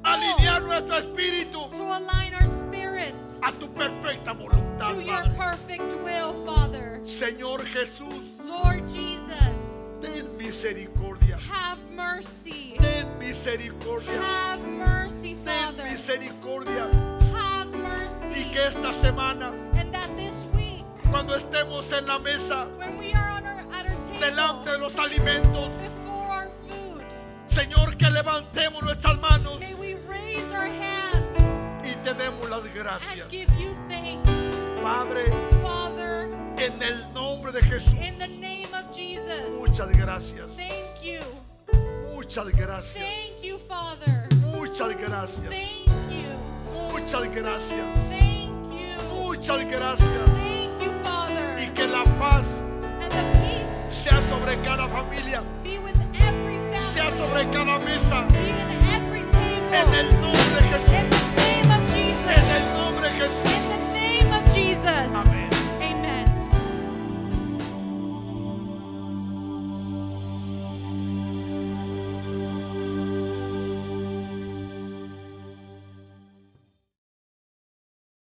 Speaker 1: Alinear nuestro espíritu
Speaker 2: To align our spirits
Speaker 1: a tu perfecta voluntad,
Speaker 2: to your
Speaker 1: Padre.
Speaker 2: perfect will, Father.
Speaker 1: Señor Jesús,
Speaker 2: Lord Jesus,
Speaker 1: ten misericordia.
Speaker 2: have mercy.
Speaker 1: Ten misericordia.
Speaker 2: Have mercy,
Speaker 1: Ten
Speaker 2: Father.
Speaker 1: misericordia.
Speaker 2: Have
Speaker 1: Y
Speaker 2: mercy.
Speaker 1: que esta semana,
Speaker 2: And that this week,
Speaker 1: cuando estemos en la mesa,
Speaker 2: when we are on our, at our table,
Speaker 1: delante de los alimentos,
Speaker 2: before our food,
Speaker 1: Señor, que levantemos nuestras manos
Speaker 2: may we raise our hands
Speaker 1: y te demos las gracias.
Speaker 2: and give you thanks.
Speaker 1: Padre,
Speaker 2: Father,
Speaker 1: en el nombre de Jesús,
Speaker 2: in the name of Jesus,
Speaker 1: muchas gracias.
Speaker 2: thank you.
Speaker 1: Muchas gracias.
Speaker 2: Thank you, Father.
Speaker 1: Muchas gracias.
Speaker 2: Thank you.
Speaker 1: Muchas gracias.
Speaker 2: Thank you.
Speaker 1: Muchas gracias.
Speaker 2: Thank you,
Speaker 1: Y
Speaker 2: Father.
Speaker 1: que la paz
Speaker 2: And the
Speaker 1: sea sobre cada familia,
Speaker 2: peace be with every
Speaker 1: sea
Speaker 2: family,
Speaker 1: sobre cada mesa.
Speaker 2: be in every
Speaker 1: En
Speaker 2: table.
Speaker 1: el nombre de Jesús.
Speaker 2: In the